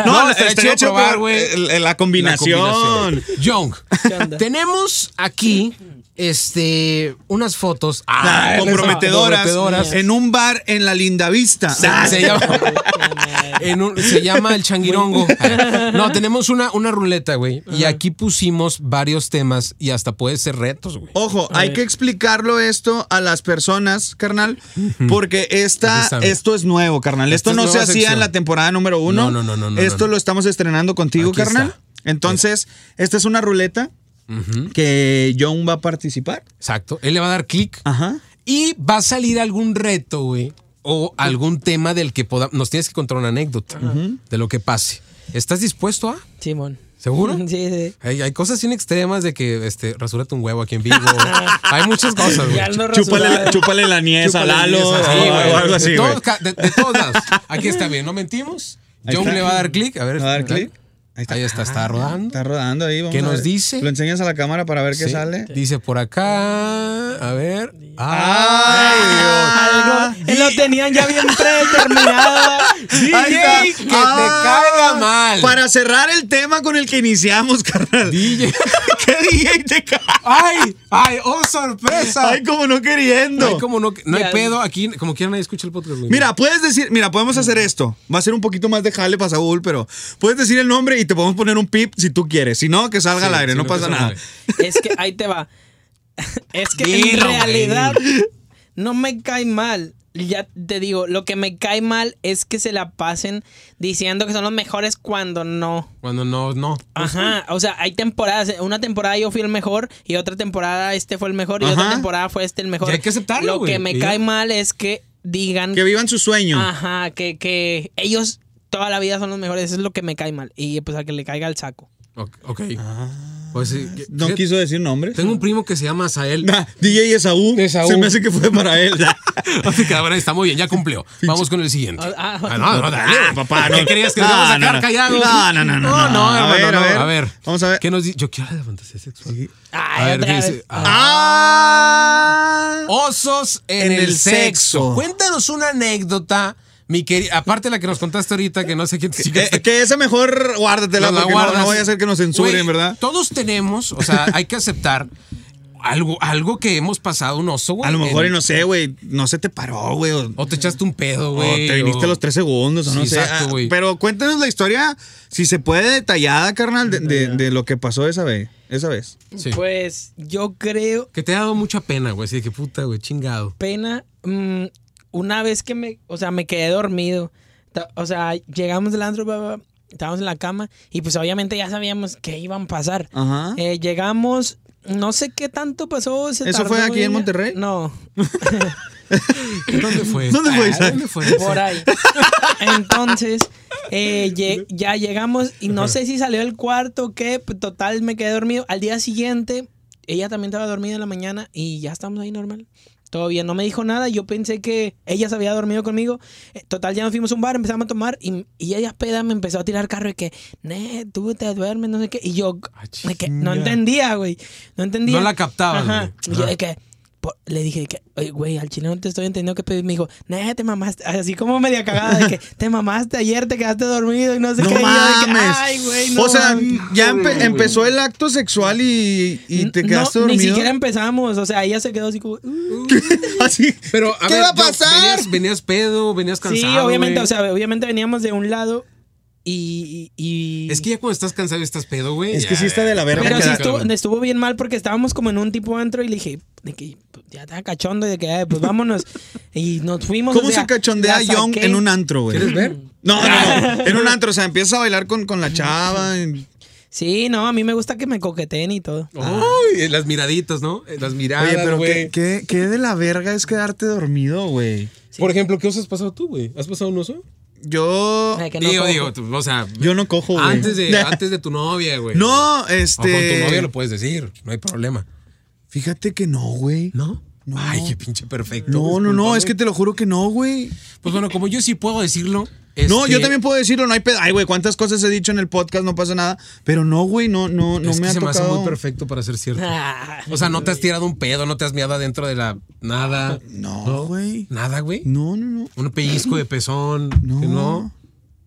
S2: no, no,
S1: estaría chido probar, güey.
S2: el- el- eh, La combinación.
S1: Young,
S4: ¿Qué onda?
S1: tenemos aquí este, unas fotos ah,
S2: Ah, comprometedoras,
S1: comprometedoras.
S2: en un bar en la linda vista.
S1: Se, se llama, en un- se llama el changuirongo. No, tenemos una, una ruleta, güey. Y aquí pusimos varios temas y hasta puede ser retos, güey.
S2: Ojo, hay que explicarlo esto a las personas, carnal, porque
S1: Así
S2: esta,
S1: sabe.
S2: esto es nuevo, carnal.
S1: Esta
S2: Esto,
S1: es
S2: no se
S1: nueva
S2: hacía
S1: sección.
S2: en la temporada número uno.
S1: No, no, no, no, no,
S2: Esto
S1: no, no.
S2: lo estamos estrenando contigo,
S1: Aquí
S2: carnal.
S1: está.
S2: Entonces, esta es una ruleta que John va a participar.
S1: Exacto. Él le va a dar clic
S2: Ajá.
S1: y va a salir algún reto, güey. O algún tema del que podamos. Nos tienes que contar una anécdota de lo que pase. ¿Estás dispuesto a?
S4: Simón.
S1: ¿Seguro?
S4: Sí, sí.
S1: Hay, hay cosas sin extremas de que este, rasúrate un huevo aquí en vivo. hay muchas cosas, güey.
S4: Ya no
S2: Chúpale,
S4: rasurado.
S2: la- chúpale la niez a
S1: Chúpale
S2: Lalo
S1: belleza, sí,
S2: o
S1: güey.
S2: algo así,
S1: de,
S2: güey.
S1: todos ca- de, de todos lados. Aquí está bien, no mentimos.
S2: Ahí
S1: John
S2: está.
S1: le va a dar clic. A ver,
S2: ¿Va a dar
S1: clac.
S2: clic? Ah,
S1: Ahí está, está, rodando.
S2: Está rodando ahí. Vamos
S1: ¿Qué
S2: a
S1: nos
S2: ver.
S1: dice?
S2: Lo enseñas a la cámara para ver qué
S1: Sí.
S2: sale.
S1: Dice por acá. A ver. ¡Ay, Dios!
S2: Ah,
S4: Algo- eh, lo tenían ya bien predeterminado.
S2: Ahí
S1: DJ,
S2: está. Ah,
S1: que te caiga mal.
S2: Para cerrar el tema con el que iniciamos, carnal.
S1: DJ.
S2: ¿Qué DJ te caiga?
S1: ¡Ay! ¡Ay! ¡Oh, sorpresa!
S2: Ay, como no queriendo.
S1: Ay, como no, no hay
S4: Ya.
S1: pedo. Aquí, como quieran, nadie escucha el podcast. güey.
S2: Mira, puedes decir, mira, podemos hacer esto. Va a ser un poquito más de jale para Saúl, pero puedes decir el nombre y te podemos poner un pip si tú quieres. Si no, que salga
S1: Sí,
S2: al aire,
S1: sí,
S2: no
S1: no
S2: pasa
S1: pasa
S2: nada.
S1: nada.
S4: Es que ahí te va. Es que en
S1: Dilo, güey.
S4: realidad no me cae mal. Ya te digo, lo que me cae mal es que se la pasen diciendo que son los mejores cuando no.
S1: Cuando no, no.
S4: Ajá, o sea, hay temporadas. Una temporada yo fui el mejor y otra temporada este fue el mejor y otra
S2: Ajá.
S4: temporada fue este el mejor.
S1: Y hay que aceptarlo,
S4: Lo
S1: güey.
S4: que me
S1: Y ya.
S4: cae mal es que digan Ah,
S2: Que vivan su sueño.
S4: Ajá, que, que ellos toda la vida son los mejores. Eso es lo que me cae mal. Y pues a que le caiga el saco.
S1: Ok. ok. Pues sí, que-
S2: Ah. No
S1: fíjate,
S2: quiso decir nombres.
S1: Tengo un primo que se llama Asael.
S2: Nah, DJ Esaú,
S1: Esaú.
S2: se me hace que fue para él.
S1: Así que, bueno, está muy bien, ya cumplió. Vamos con el siguiente.
S4: Ah, ah,
S1: no, no, dale,
S2: papá, no.
S1: ¿Qué querías que nos íbamos a
S2: No, no,
S1: quedar callados?
S2: no. No, no, no, no,
S1: No,
S2: no. A
S1: hermano, no.
S2: ver, a ver.
S1: A ver.
S2: Vamos a ver.
S1: ¿Qué nos dice? Yo quiero hablar de fantasía sexual.
S4: Ay, otra
S1: ¿qué
S4: vez.
S1: dice? Ah.
S2: ¡Ah!
S1: Osos en,
S2: En
S1: el,
S2: el
S1: sexo.
S2: sexo.
S1: Cuéntanos una anécdota, mi querida. Aparte de la que nos contaste ahorita, que no sé quién te
S2: Que, Eh, que esa mejor guárdatela
S1: Nos la
S2: porque no,
S1: guardas.
S2: no vaya a ser que nos censuren,
S1: Güey,
S2: ¿verdad?
S1: Todos tenemos, o sea, hay que aceptar algo, algo que hemos pasado un oso, güey.
S2: A lo mejor,
S1: en-
S2: y no sé, güey, no se te paró, güey. O,
S1: O te echaste un pedo,
S2: o
S1: güey.
S2: te viniste
S1: o-
S2: a los tres segundos, o no
S1: Sí,
S2: sé.
S1: exacto,
S2: Ah,
S1: güey.
S2: pero cuéntanos la historia, si se puede, detallada, carnal, de, de- de lo que pasó esa vez. Esa vez.
S1: Sí.
S4: Pues yo creo
S1: Que te ha dado mucha pena, güey. Así de que puta, güey, chingado.
S4: pena mm, una vez que me, o sea, me quedé dormido. Ta- O sea, llegamos del antro, bla, bla, bla, estábamos en la cama y pues obviamente ya sabíamos que iban a pasar.
S2: Ajá.
S4: Eh, llegamos, no sé qué tanto pasó. se
S2: ¿Eso fue aquí en
S4: ella-
S2: Monterrey?
S4: No,
S1: ¿Dónde fue?
S2: ¿Dónde fue,
S1: Ah,
S2: Isaac?
S1: ¿Dónde fue?
S4: por ahí. Entonces, eh, lle- ya llegamos y no sé si salió del cuarto o qué, pues, total me quedé dormido. Al día siguiente, ella también estaba dormida en la mañana y ya estamos ahí normal. Todo bien, no me dijo nada, yo pensé que ella se había dormido conmigo. Eh, Total, ya nos fuimos a un bar, empezamos a tomar y, y ella peda me empezó a tirar carro y que, ne, tú te duermes, no sé qué. Y yo,
S1: Ah,
S4: de que no entendía, güey. No entendía.
S1: No la captabas,
S4: Ajá.
S1: güey.
S4: Y yo
S1: Ajá.
S4: de que, po- le dije de que, "Oye, güey, al chile no te estoy entendiendo qué pedir. Me dijo, nah, te mamaste. Así como media cagada de que te mamaste ayer, te quedaste dormido y no sé
S2: No
S4: qué. Y yo de pues que,
S2: mames.
S4: Ay, güey, no
S2: o sea,
S4: mames".
S2: ya empe- empezó el acto sexual y, y te
S4: No,
S2: quedaste dormido.
S4: Ni siquiera empezamos. O sea, ella se quedó así como. "Uh".
S2: Así.
S1: Pero, a
S2: ¿Qué
S1: ver,
S2: va a
S1: yo-
S2: pasar?
S1: Venías, venías pedo, venías
S4: sí,
S1: cansado.
S4: obviamente,
S1: güey.
S4: o sea, obviamente veníamos de un lado y. y- y-
S1: Es que ya cuando estás cansado y estás pedo, güey.
S2: Es que
S1: ya,
S2: sí está de la verga
S4: Pero
S2: que
S4: sí
S2: da-
S4: estuvo, estuvo bien mal porque estábamos como en un tipo antro y le dije, de que pues, ya está cachondo y de que, "Ay, pues vámonos. Y nos fuimos.
S2: ¿Cómo
S4: o sea,
S2: se cachondea
S4: la
S2: Young
S4: saqué.
S2: en un antro, güey?
S1: ¿Quieres ver?
S2: No, no, no. En un antro, o sea, empieza a bailar con, con la chava. y-
S4: Sí, no, a mí me gusta que me coqueteen y todo.
S1: Ay, las miraditas, ¿no? Las miradas,
S2: Ah. Oye, pero
S1: güey.
S2: ¿qué, qué, qué de la verga es quedarte dormido, güey?
S1: Por ejemplo, ¿qué oso has pasado tú, güey? ¿Has pasado un oso?
S2: Yo.
S4: Ay, que no
S1: Digo,
S4: cojo.
S1: digo, tú, o sea,
S2: Yo no cojo, güey.
S1: antes de, antes de tu novia, güey.
S2: No,
S1: O con tu novia
S2: este.
S1: lo puedes decir, no hay problema.
S2: Fíjate que no, güey.
S1: ¿No?
S2: No.
S1: Ay, qué pinche perfecto.
S2: No, no, no,
S1: discúlpame.
S2: es que te lo juro que no, güey.
S1: Pues bueno, como yo sí puedo decirlo.
S2: No,
S1: este,
S2: yo también puedo decirlo, no hay pedo. Ay, güey, cuántas cosas he dicho en el podcast, no pasa nada. Pero no, güey, no, no, no
S1: es
S2: me
S1: que
S2: ha
S1: se me hace
S2: tocado.
S1: muy perfecto para ser cierto.
S4: Ah,
S1: O sea, no te has tirado un pedo, no te has miado adentro de la nada.
S2: No, güey.
S1: Nada, güey.
S2: No, no, no.
S1: Un pellizco de pezón.
S2: No.
S1: que no.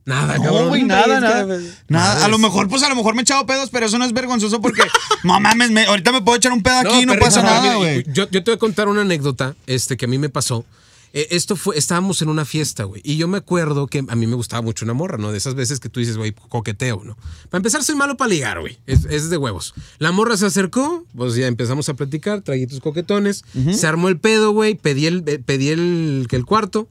S1: Nada,
S2: No,
S1: cabrón.
S2: güey,
S4: Hombre,
S2: nada,
S4: es
S2: nada.
S4: que-
S2: Nada. A lo mejor, pues a lo mejor me he echado pedos, pero eso no es vergonzoso porque, no mames, me- ahorita me puedo echar un pedo aquí y no
S1: pero
S2: pasa
S1: déjame,
S2: nada,
S1: mira,
S2: güey.
S1: Yo, yo te voy a contar una anécdota este, que a mí me pasó. Eh, esto fue, estábamos en una fiesta, güey. Y yo me acuerdo que a mí me gustaba mucho una morra, ¿no? De esas veces que tú dices, güey, coqueteo, ¿no? Para empezar, soy malo para ligar, güey. Es, es de huevos. La morra se acercó, pues ya empezamos a platicar, traguitos coquetones. Se armó el pedo, güey. Pedí el, eh, pedí el, que el cuarto.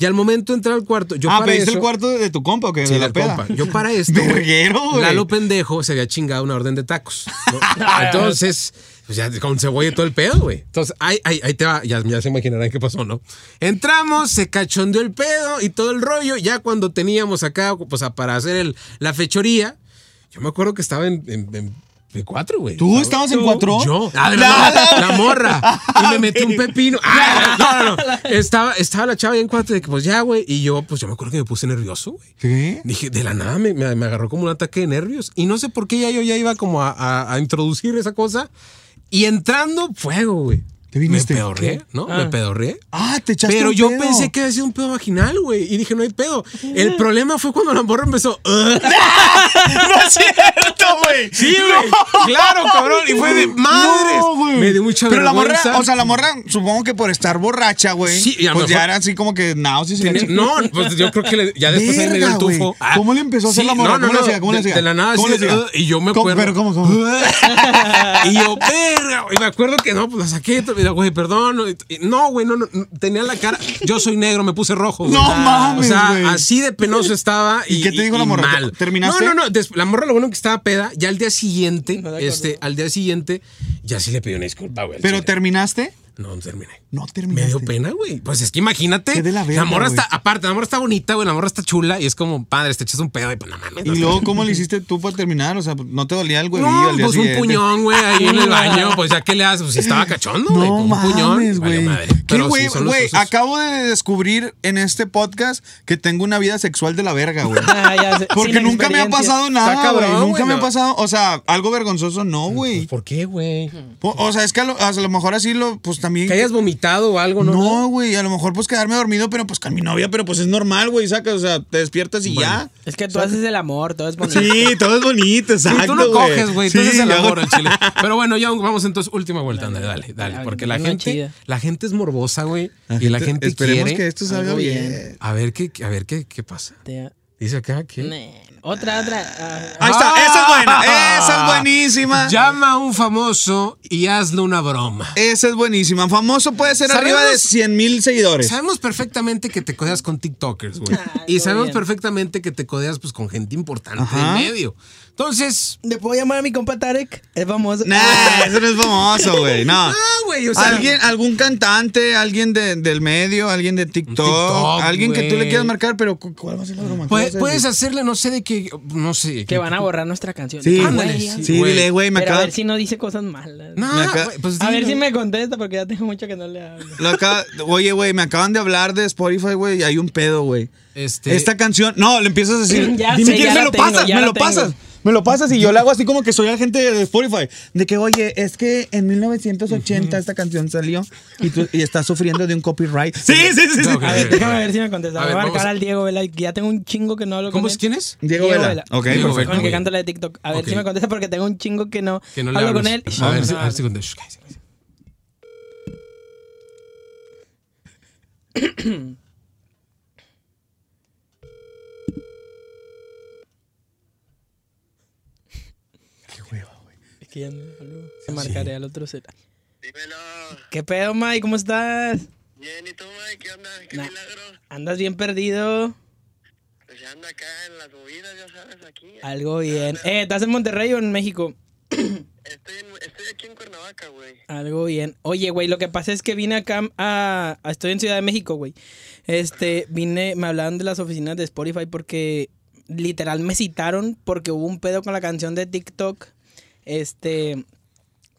S1: Y al momento de entrar al cuarto, yo
S2: ah,
S1: para
S2: pediste el
S1: eso-
S2: cuarto de tu compa o qué?
S1: Sí,
S2: de la
S1: del
S2: peda.
S1: compa. Yo para esto, güey,
S2: Verguero, güey.
S1: Lalo Pendejo se había chingado una orden de tacos. ¿no? Entonces, pues ya con cebolla y todo el pedo, güey. Entonces, ahí, ahí, ahí te va. Ya, ya se imaginarán qué pasó, ¿no? Entramos, se cachondeó el pedo y todo el rollo. Ya cuando teníamos acá, pues a- para hacer el, la fechoría, yo me acuerdo que estaba en... en- en- en cuatro, güey.
S2: ¿Tú estabas en cuatro?
S1: Yo. Ah, de la,
S2: La-
S1: morra, la morra. Y me metí un pepino. Ah, no, no, no. Estaba, estaba la chava ahí en cuatro de que, pues ya, güey. Y yo, pues yo me acuerdo que me puse nervioso, güey.
S2: ¿Qué?
S1: Dije, de la nada me, me- me agarró como un ataque de nervios. Y no sé por qué ya yo ya iba como a, a- a introducir esa cosa. Y entrando, fuego, güey.
S2: ¿Te viniste?
S1: Me pedorré,
S2: ¿Qué?
S1: ¿no?
S4: Ah.
S1: Me pedorré.
S2: Ah, te echaste
S1: Pero
S2: un
S1: yo
S2: pedo.
S1: pensé que había sido un pedo vaginal, güey. Y dije, no hay pedo. El problema fue cuando la morra empezó.
S2: ¡No es cierto, güey!
S1: Sí, güey. Claro, cabrón. Y fue de madres.
S2: No, güey.
S1: me dio mucha
S2: Pero la morra,
S1: vergüenza.
S2: o sea, la morra, supongo que por estar borracha, güey.
S1: Sí, y a lo
S2: pues ya
S1: mejor-
S2: era así como que náuseas y la
S1: Tenía-
S2: chingada.
S1: no, pues yo creo que le- ya después ahí me dio el
S2: Verga,
S1: tufo.
S2: güey. ¿Cómo le empezó a hacer la
S1: No,
S2: morra?
S1: no,
S2: ¿Cómo le
S1: no,
S2: hacía? ¿Cómo le
S1: de-
S2: hacía?
S1: De la nada
S2: ¿Cómo
S1: así,
S2: le hacía?
S1: "Ugh", y yo me
S2: ¿Cómo-
S1: acuerdo.
S2: pero cómo, cómo?
S1: "Ugh". y yo, verga, güey, me acuerdo que no, pues la saqué, y la- güey, perdón. y- No, güey, no, no, no, tenía la cara. Yo soy negro, me puse rojo. güey.
S2: No
S1: Ah,
S2: mames,
S1: O sea,
S2: güey.
S1: así de penoso estaba. ¿Y,
S2: ¿Y qué te dijo la morra?
S1: mal.
S2: ¿Terminaste?
S1: No, no, no. des- La morra lo bueno que estaba peda. Ya al día siguiente,
S4: No la
S1: este,
S4: acordaba.
S1: al día siguiente, ya sí le pidió una disculpa, güey. al
S2: ¿Pero
S1: chile.
S2: terminaste?
S1: No, no terminé.
S5: No
S1: Me
S5: terminaste.
S1: dio pena, güey. Pues es que imagínate.
S5: Qué de la
S1: la,
S5: verga,
S1: morra
S5: güey.
S1: está, aparte, la morra está bonita, güey. La morra está chula y es como, padre, te echas un pedo y pues no mames. no
S2: ¿Y luego cómo le hiciste tú para terminar? O sea, ¿no te dolía el huevillo
S1: No,
S2: al día
S1: pues un
S2: siguiente?
S1: puñón, güey, ahí en el baño. Pues ya que le haces, pues si estaba cachondo, güey.
S5: No
S1: con un
S5: mames,
S1: puñón.
S5: güey.
S1: valió madre.
S2: ¿Qué,
S1: Pero sí,
S2: güey?
S1: son los
S2: güey,
S1: usos.
S2: acabo de descubrir en este podcast que tengo una vida sexual de la verga, güey.
S4: Ah, ya sé.
S2: Porque
S4: Sin
S2: nunca me ha
S4: experiencia.
S2: pasado
S1: Está
S2: nada, güey.
S1: cabrón,
S2: Nunca
S1: güey,
S2: me ha
S1: no.
S2: pasado, o sea, algo vergonzoso, no,
S1: Pues,
S2: güey.
S1: ¿Por qué, güey?
S2: Po- O sea, es que a lo, a lo mejor así lo, pues también...
S1: Que hayas vomitado o algo, ¿no?
S2: No, güey, a lo mejor pues quedarme dormido, pero pues con mi novia, pero pues es normal, güey, sacas, o sea, te despiertas y ya.
S4: Es que tú haces el amor, todo es bonito.
S2: Sí, todo es bonito,
S1: Sí,
S2: exacto,
S1: tú no coges, güey. Entonces
S2: Sí,
S1: el
S2: yo-
S1: amor al chile. Pero bueno, ya vamos entonces, última vuelta, André, dale, dale.
S4: dale,
S1: porque la
S4: una
S1: gente,
S4: chida.
S1: la gente es morbosa, güey. Y la gente
S2: Este, Esperemos
S1: quiere.
S2: que esto salga
S4: Algo
S2: bien.
S4: bien.
S1: A ver qué, a ver qué, qué pasa.
S4: Te-
S1: Dice acá que.
S4: Ne- Otra, otra. ah,
S2: Ahí está, esa es buena, esa es buenísima.
S1: Ah. Llama a un famoso y hazle una broma.
S2: Esa es buenísima. Famoso puede ser
S1: Sabemos-
S2: arriba de 100 mil seguidores.
S1: Sabemos perfectamente que te codeas con TikTokers, güey.
S4: Ah,
S1: Y
S4: todo
S1: sabemos
S4: bien.
S1: perfectamente que te codeas pues con gente importante
S2: Ajá.
S1: en medio. Entonces,
S4: ¿Le puedo llamar a mi compa Tarek? Es famoso. Ah,
S2: Nah, eso no es famoso, güey. No.
S1: ah, güey, o sea,
S2: alguien, algún cantante, alguien de- del medio, alguien de TikTok,
S1: TikTok,
S2: alguien que tú le
S1: güey.
S2: quieras marcar, pero cu- ¿cuál va a ser la broma? ¿Qué
S1: puede-
S2: vas a
S1: puedes
S2: decir?
S1: hacerle, no sé de qué, no sé.
S4: Que van a borrar nuestra canción.
S2: Sí,
S1: Ándale,
S2: güey,
S1: sí,
S2: sí,
S1: güey.
S2: dile, güey, me
S4: Pero a
S2: acaba,
S4: ver si no dice cosas malas.
S1: No,
S2: Me acaba-
S1: güey, pues
S4: a ver
S1: dilo.
S4: si me contesta porque ya tengo mucho que no le hablo.
S2: lo acaba- Oye, güey, me acaban de hablar de Spotify, güey, y hay un pedo, güey.
S1: Este-
S2: Esta canción, no, le empiezas a decir,
S4: Ya
S2: dime
S4: sé,
S2: quién
S4: ya
S2: me
S4: la
S2: lo
S4: tengo,
S2: pasas,
S4: ya
S2: me
S4: la
S2: lo
S4: tengo.
S2: pasas. Me lo pasas y yo le hago así como que soy agente de Spotify. De que, oye, es que en 1980 esta canción salió y, tú, y estás sufriendo de un copyright. Sí, sí, sí. sí.
S1: Ok.
S4: A ver, déjame ver si me contesta.
S1: A
S4: Voy
S1: ver,
S4: a marcar
S1: vamos.
S4: al Diego Vela. que Ya tengo un chingo que no hablo
S1: ¿Cómo
S4: con
S1: es?
S4: él.
S1: ¿Quién es?
S2: Diego Vela. Ok,
S1: Diego
S2: perfecto.
S1: Vela.
S4: Con el que
S1: Ok.
S4: canta la de TikTok. A ver
S1: Ok.
S4: si me contesta porque tengo un chingo que no,
S1: Que no le
S4: hablo con él. Ah.
S1: hables. A ver, si-
S4: No,
S1: a ver si
S4: no.
S1: conté. Shh, cállese, cállese.
S4: Es que ya no le hablo. Se marcaré al otro Z. ¿Qué pedo, Mike? ¿Cómo estás?
S6: Bien, ¿y tú, Mike? ¿Qué onda? ¿Qué
S4: Nah.
S6: milagro?
S4: ¿Andas bien perdido?
S6: Pues ya ando acá en las movidas, ya sabes, aquí.
S4: Algo bien. Eh, ¿estás en Monterrey o en México?
S6: Estoy, en- estoy aquí en Cuernavaca, güey.
S4: Algo bien. Oye, güey, lo que pasa es que vine acá a, a- Estoy en Ciudad de México, güey. Este, vine, me hablaron de las oficinas de Spotify porque literal me citaron porque hubo un pedo con la canción de TikTok. Este,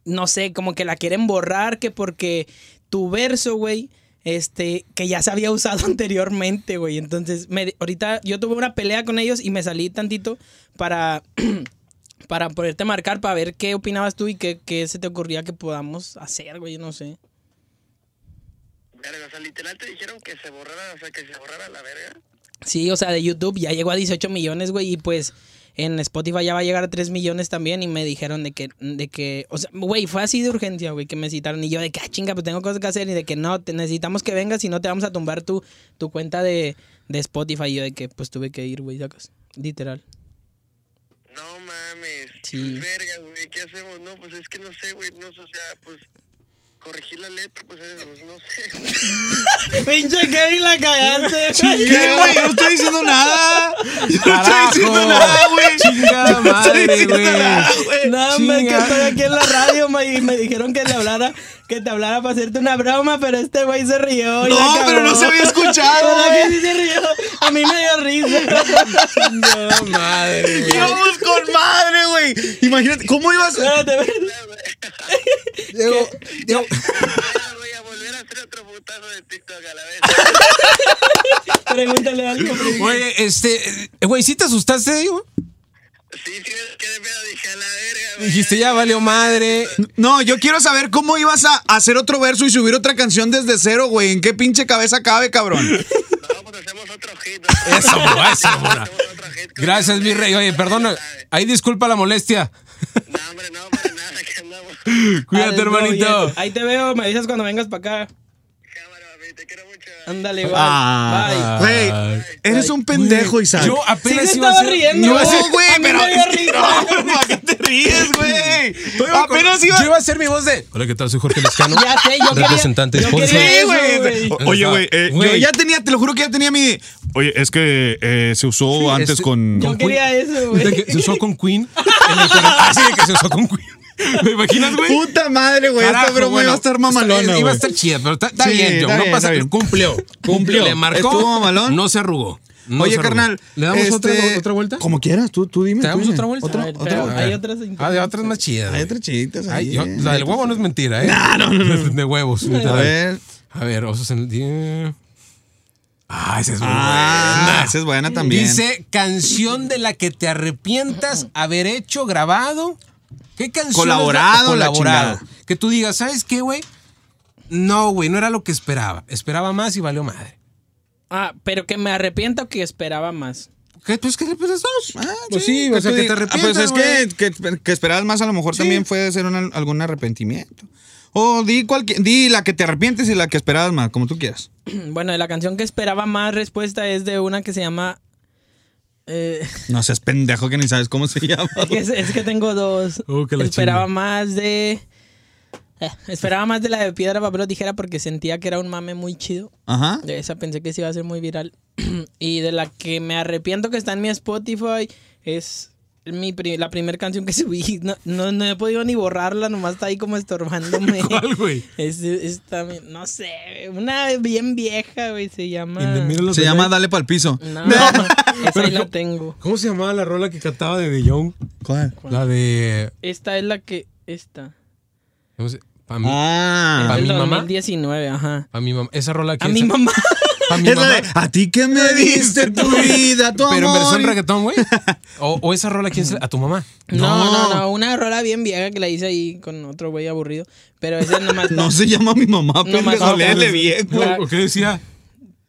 S4: no sé, como que la quieren borrar, que porque tu verso, güey, este, que ya se había usado anteriormente, güey. Entonces, me, ahorita yo tuve una pelea con ellos y me salí tantito para para poderte marcar, para ver qué opinabas tú y qué, qué se te ocurría que podamos hacer, güey, no sé.
S6: Verga, o sea, literal te dijeron que se borrara, o sea, que se borrara la verga.
S4: Sí, o sea, de YouTube ya llegó a 18 millones, güey, y pues en Spotify ya va a llegar a 3 millones también y me dijeron de que, de que, o sea, güey, fue así de urgencia, güey, que me citaron y yo de que, ah, chinga, pues tengo cosas que hacer y de que no, te necesitamos que vengas y no te vamos a tumbar tu, tu cuenta de, de Spotify y yo de que, pues tuve que ir, güey, sacas, literal.
S6: No mames.
S4: Sí.
S6: Pues, Verga, güey, ¿qué hacemos? No, pues es que no sé, güey, no sé, o sea, pues corregir la letra, pues, eh, pues, no sé. güey.
S4: Pinche Kevin la cagaste,
S2: ¿Qué, güey? Yo no estoy diciendo nada. Yo no estoy
S1: Carajo.
S2: diciendo nada, güey.
S1: Chinga madre,
S2: diciendo nada,
S1: güey.
S4: No, hombre, que
S1: Chinga.
S4: estoy aquí en la radio ma, y me dijeron que le hablara, que te hablara para hacerte una broma, pero este güey se rió. y
S2: No,
S4: la
S2: pero
S4: cagó.
S2: no se había escuchado,
S4: ¿Verdad que
S2: güey?
S4: sí se rió? A mí me dio risa.
S1: No, madre, güey.
S2: Íbamos con madre, güey. Imagínate, ¿cómo ibas?
S4: Espérate, espérate.
S1: Diego, Diego.
S6: Ya voy a volver a hacer otro putazo de TikTok a la vez.
S4: Pregúntale algo.
S1: Oye, este, eh, güey, ¿sí te asustaste, Diego?
S6: Sí, sí, es que de pedo dije a la verga, güey.
S1: Dijiste, ya valió madre.
S2: No, yo quiero saber cómo ibas a hacer otro verso y subir otra canción desde cero, güey. ¿En qué pinche cabeza cabe, cabrón?
S6: No, pues hacemos otro hit. ¿no?
S1: Eso, güey, eso, mora.
S6: Hacemos otro hit con-
S1: Gracias, mi rey. Oye, perdona. Ahí disculpa la molestia.
S6: No, hombre, no, para nada, que andamos.
S1: Cuídate,
S4: Algo
S1: hermanito.
S4: bien. Ahí te veo, me avisas cuando vengas para acá.
S6: Cámara, mami, te quiero mucho. ¿eh?
S4: Ándale, bye.
S2: Ah.
S4: Bye.
S2: Güey, eres un pendejo, Isaac.
S1: Yo
S4: Sí,
S1: apenas
S4: se
S1: iba a
S4: estaba
S1: hacer-
S4: riendo.
S1: iba a hacer-
S2: No, güey,
S4: A mí
S2: pero.
S4: me dio risa.
S2: No, ¿para qué te ríes, güey?
S1: Yo iba con-
S2: Apenas iba.
S1: Yo iba a hacer mi voz de. Hola, ¿qué tal? Soy Jorge Lescano.
S4: Ya sé, yo quería-
S1: Representante
S4: yo
S1: sponsor.
S4: quería
S2: Sí,
S4: eso,
S2: güey.
S4: güey.
S2: O- Oye, güey, eh, yo
S1: Güey.
S2: ya tenía, te lo juro que ya tenía mi. Oye, es que se usó
S1: eh, antes este- con-
S4: Yo quería eso, güey.
S1: De que se usó con Queen. en el cuarenta- Ah, sí, de que se usó con Queen. ¿Lo imaginas, güey?
S2: Puta madre, güey. Esta
S1: Carajo,
S2: broma
S1: bueno,
S2: iba a estar mamalona.
S1: está- eh, Iba a
S2: güey.
S1: estar chida, pero está, está
S2: Sí,
S1: bien, John.
S2: está
S1: no
S2: bien,
S1: pasa
S2: está bien.
S1: Cumplió.
S2: Cumplió.
S1: Le marcó.
S2: Estuvo mamalón.
S1: No se arrugó. No
S2: Oye,
S1: se arrugó.
S2: carnal.
S1: ¿Le damos otra,
S2: este,
S1: otra vuelta?
S2: Como quieras, tú, tú dime.
S1: ¿Te
S2: tú
S1: damos
S2: dime.
S1: otra vuelta?
S4: A ver, pero
S1: A
S4: hay
S1: ver.
S4: otras
S1: Ah, de otras más chidas.
S2: Hay
S1: güey.
S2: otras chiditas
S1: Ay,
S2: ahí.
S1: yo-
S2: eh.
S1: la del huevo no es mentira, ¿eh? No, no, no. De huevos.
S2: A ver.
S1: A ver, osos en el. Ah, esa es muy
S2: Ah,
S1: buena.
S2: esa es buena también.
S1: Dice canción de la que te arrepientas haber hecho, grabado. ¿Qué canción? es la-
S2: Colaborado,
S1: o
S2: la
S1: Que tú digas, ¿sabes qué, güey? No, güey, no era lo que esperaba. Esperaba más y valió madre.
S4: Ah, pero que me arrepiento que esperaba más.
S1: ¿Qué? Pues que pues dos.
S2: Ah,
S1: pues sí, o
S2: pues
S1: sea,
S2: tú
S1: que
S2: di-
S1: te
S2: ah,
S1: arrepientas.
S2: Pues es
S1: güey.
S2: que, que, que esperabas más, a lo mejor también puede ser un- algún arrepentimiento. O di, cualquier, di la que te arrepientes y la que esperabas más, como tú quieras.
S4: Bueno, de la canción que esperaba más respuesta es de una que se llama. eh,
S2: No seas pendejo que ni sabes cómo se llama.
S4: es, que, es que tengo dos.
S1: Oh, que la
S4: esperaba
S1: chinga.
S4: más de. eh, esperaba más de la de piedra, papel o tijera porque sentía que era un mame muy chido.
S2: Ajá.
S4: De esa pensé que se iba a ser muy viral. y de la que me arrepiento que está en mi Spotify es mi pri- la primera canción que subí. No, no, no he podido ni borrarla, nomás está ahí como estorbándome.
S1: ¿Cuál, güey?
S4: Es, es también- no sé, una bien vieja, güey, se llama...
S1: In the middle of
S2: Se
S1: the
S2: llama
S1: night.
S2: Dale pa'l piso.
S4: No, esa ahí la tengo.
S1: ¿Cómo se llamaba la rola que cantaba de De Jong?
S2: ¿Cuál?
S1: La de.
S4: Esta es la que... Esta.
S1: ¿cómo se- Pa' mí.
S4: Es
S1: ¿A
S2: Ah.
S1: mi
S4: del
S1: mamá?
S4: 2019, ajá.
S1: Pa' mi mamá. Esa rola que.
S4: A mi
S1: esa-
S4: mamá.
S1: Pa' mi
S2: Es la
S1: mamá.
S2: de, a ti que me diste tu vida, tu
S1: Pero en
S2: amor
S1: versión
S2: y-
S1: reggaetón, güey. O, o esa rola, ¿quién se la- A tu mamá.
S4: No,
S2: No.
S4: no, no, una rola bien vieja que la hice ahí con otro güey aburrido. Pero esa nomás...
S2: No se llama mi mamá,
S4: más-
S2: pendejo. Léele bien, güey.
S4: Ah.
S1: ¿O qué decía?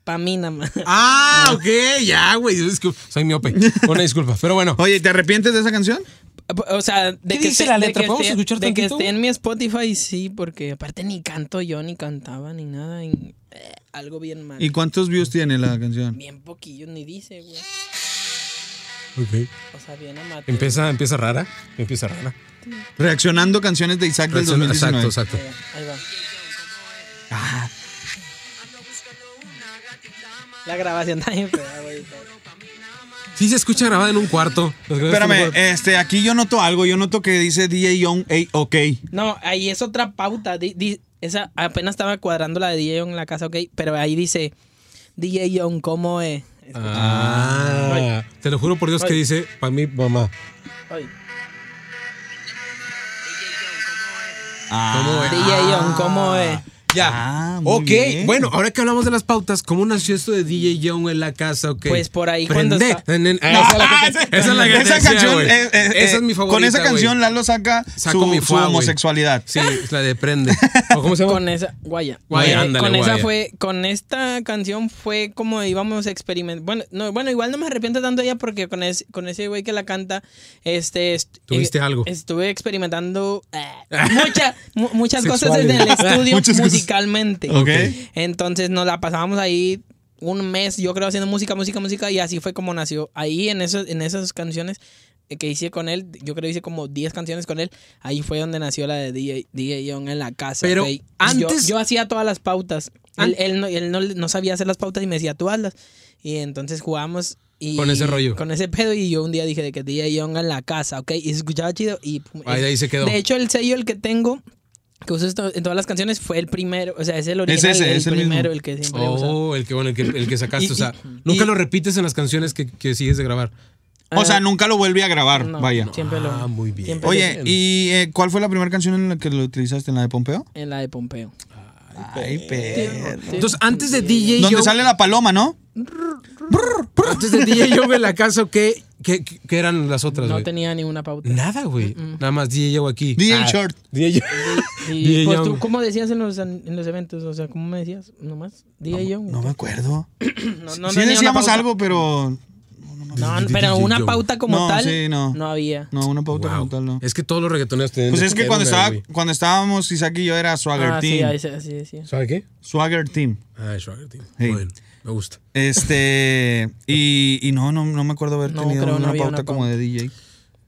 S4: Pa' mí nada más.
S1: Ah, ok, ya, güey. disculpa, Soy miope. Una disculpa. Pero bueno.
S2: Oye, ¿te arrepientes de esa canción?
S4: O sea, de
S1: ¿Qué
S4: que
S1: dice
S4: esté-
S1: la
S4: de
S1: letra?
S4: que
S1: ¿Podemos
S4: esté-
S1: escuchar
S4: De que
S1: tantito?
S4: esté en mi Spotify, sí, porque aparte ni canto yo, ni cantaba, ni nada. y, eh, algo bien mal.
S2: ¿Y cuántos views tiene la canción?
S4: Bien poquillo, ni dice, güey.
S1: Ok.
S4: O sea, bien amateur.
S1: Empieza, empieza rara. Empieza rara.
S2: Reaccionando canciones de Isaac del
S1: Exacto,
S2: 2019.
S1: exacto.
S4: Ahí va, Eh, ahí va.
S1: Ah.
S4: La grabación también fea, güey.
S1: Sí se escucha grabada en un cuarto. Las grabaciones en un cuarto.
S2: Espérame, este, aquí yo noto algo. Yo noto que dice DJ Young, ey, ok.
S4: No, ahí es otra pauta. di- di- esa apenas estaba cuadrando la de DJ Young en la casa, ok. Pero ahí dice, DJ Young, ¿cómo es?
S1: Ah. Te lo juro por Dios que
S4: Ay.
S1: dice pa' mi mamá.
S4: Ay.
S2: Ah,
S4: DJ Young, ¿cómo es?
S1: Ya.
S2: Ah, muy
S1: ok,
S2: bien.
S1: bueno, ahora que hablamos de las pautas, ¿cómo nació esto de DJ Young en la casa? ok?
S4: Pues por ahí cuando
S1: Prende.
S4: está-
S1: Nen, nen.
S2: No,
S1: Ah, esa es la que te-
S2: esa
S1: esa es la que te decía,
S2: canción,
S1: güey.
S2: eh, eh,
S1: Esa
S2: eh,
S1: es mi favorita.
S2: Con esa
S1: güey.
S2: canción Lalo saca
S1: Saco
S2: su,
S1: mi
S2: su
S1: fuá, güey.
S2: homosexualidad.
S1: Sí, es la de Prende. ¿O cómo se llama?
S4: Con esa, guaya. Eh,
S1: Guaya, ándale,
S4: con esa
S1: guaya.
S4: fue, con esta canción fue como íbamos a experimentar. Bueno, no, bueno, igual no me arrepiento tanto de ella porque con ese, con ese güey que la canta, este est-
S1: Tuviste algo.
S4: Estuve experimentando eh, mucha- mu- muchas cosas
S1: Sexuales.
S4: desde el estudio
S2: Muchas cosas.
S4: musicalmente.
S2: Ok.
S4: Entonces nos la pasábamos ahí un mes, yo creo, haciendo música, música, música, y así fue como nació. Ahí en, esos, en esas canciones eh, que hice con él, yo creo que hice como 10 canciones con él, ahí fue donde nació la de DJ, DJ Young en la casa.
S1: Pero
S4: güey.
S1: antes-
S4: Yo, yo hacía todas las pautas.
S1: An-
S4: Él, él no, él no, no sabía hacer las pautas y me decía, tú hazlas. Y entonces jugamos. Y
S1: Con ese rollo.
S4: Con ese pedo. Y yo un día dije de que DJ Young en la casa, ¿ok? Y se escuchaba chido. Y pum,
S1: Ahí-
S4: es-
S1: ahí se quedó.
S4: De hecho, el sello, el que tengo, que uso esto- en todas las canciones, fue el primero. O sea, es el original.
S2: ese,
S4: el
S2: es el mismo.
S4: primero, el que siempre he usado.
S1: Oh, el que, bueno, el que, el que sacaste.
S4: Y-
S1: o sea,
S4: y-
S1: nunca
S4: y-
S1: lo repites en las canciones que, que sigues de grabar.
S2: O sea,
S4: Ah,
S2: nunca lo vuelve a
S1: Oh,
S2: grabar,
S4: no,
S2: vaya.
S4: Siempre lo.
S1: Ah, muy bien.
S4: siempre
S2: Oye,
S4: lo-
S2: ¿y eh, cuál fue la primera canción en la que lo utilizaste? ¿En la de Pompeo?
S4: En la de Pompeo.
S2: Ay, perro.
S1: Entonces, antes de DJ
S2: Donde
S1: Young.
S2: sale la paloma, ¿no?
S1: Antes de DJ Young en la casa, ¿qué, qué, qué eran las otras,
S4: No
S1: güey?
S4: tenía ninguna pauta.
S1: Nada, güey. Nada más DJ Young aquí.
S2: DJ Short.
S1: DJ Young.
S4: Y
S1: DJ
S4: pues
S1: Young.
S4: tú, ¿cómo decías en los, en los eventos? O sea, ¿cómo me decías? ¿Nomás? DJ Young.
S2: No me acuerdo.
S4: No, no
S2: sí
S4: tenía una
S2: decíamos
S4: pauta.
S2: algo, pero...
S4: No, pero una
S1: Young.
S4: pauta como
S2: No,
S4: tal
S2: sí, no.
S4: había.
S2: No, una pauta
S1: Wow.
S2: como tal, no.
S1: Es que todos los reggaetoneros tenían.
S2: Pues es que cuando,
S1: tenían una,
S2: estaba,
S1: güey.
S2: cuando estábamos Isaac y yo era Swagger
S4: Ah, sí,
S2: Team.
S4: ahí se- así decía.
S1: ¿Sabe qué?
S2: Swagger Team.
S1: Ah, Sugar Team.
S2: Sí.
S1: Bueno, me gusta.
S2: Este. Y, y no, no, no me acuerdo haber
S4: No,
S2: tenido
S4: creo no
S2: una
S4: había
S2: pauta
S4: una
S2: como
S4: pauta.
S2: de DJ.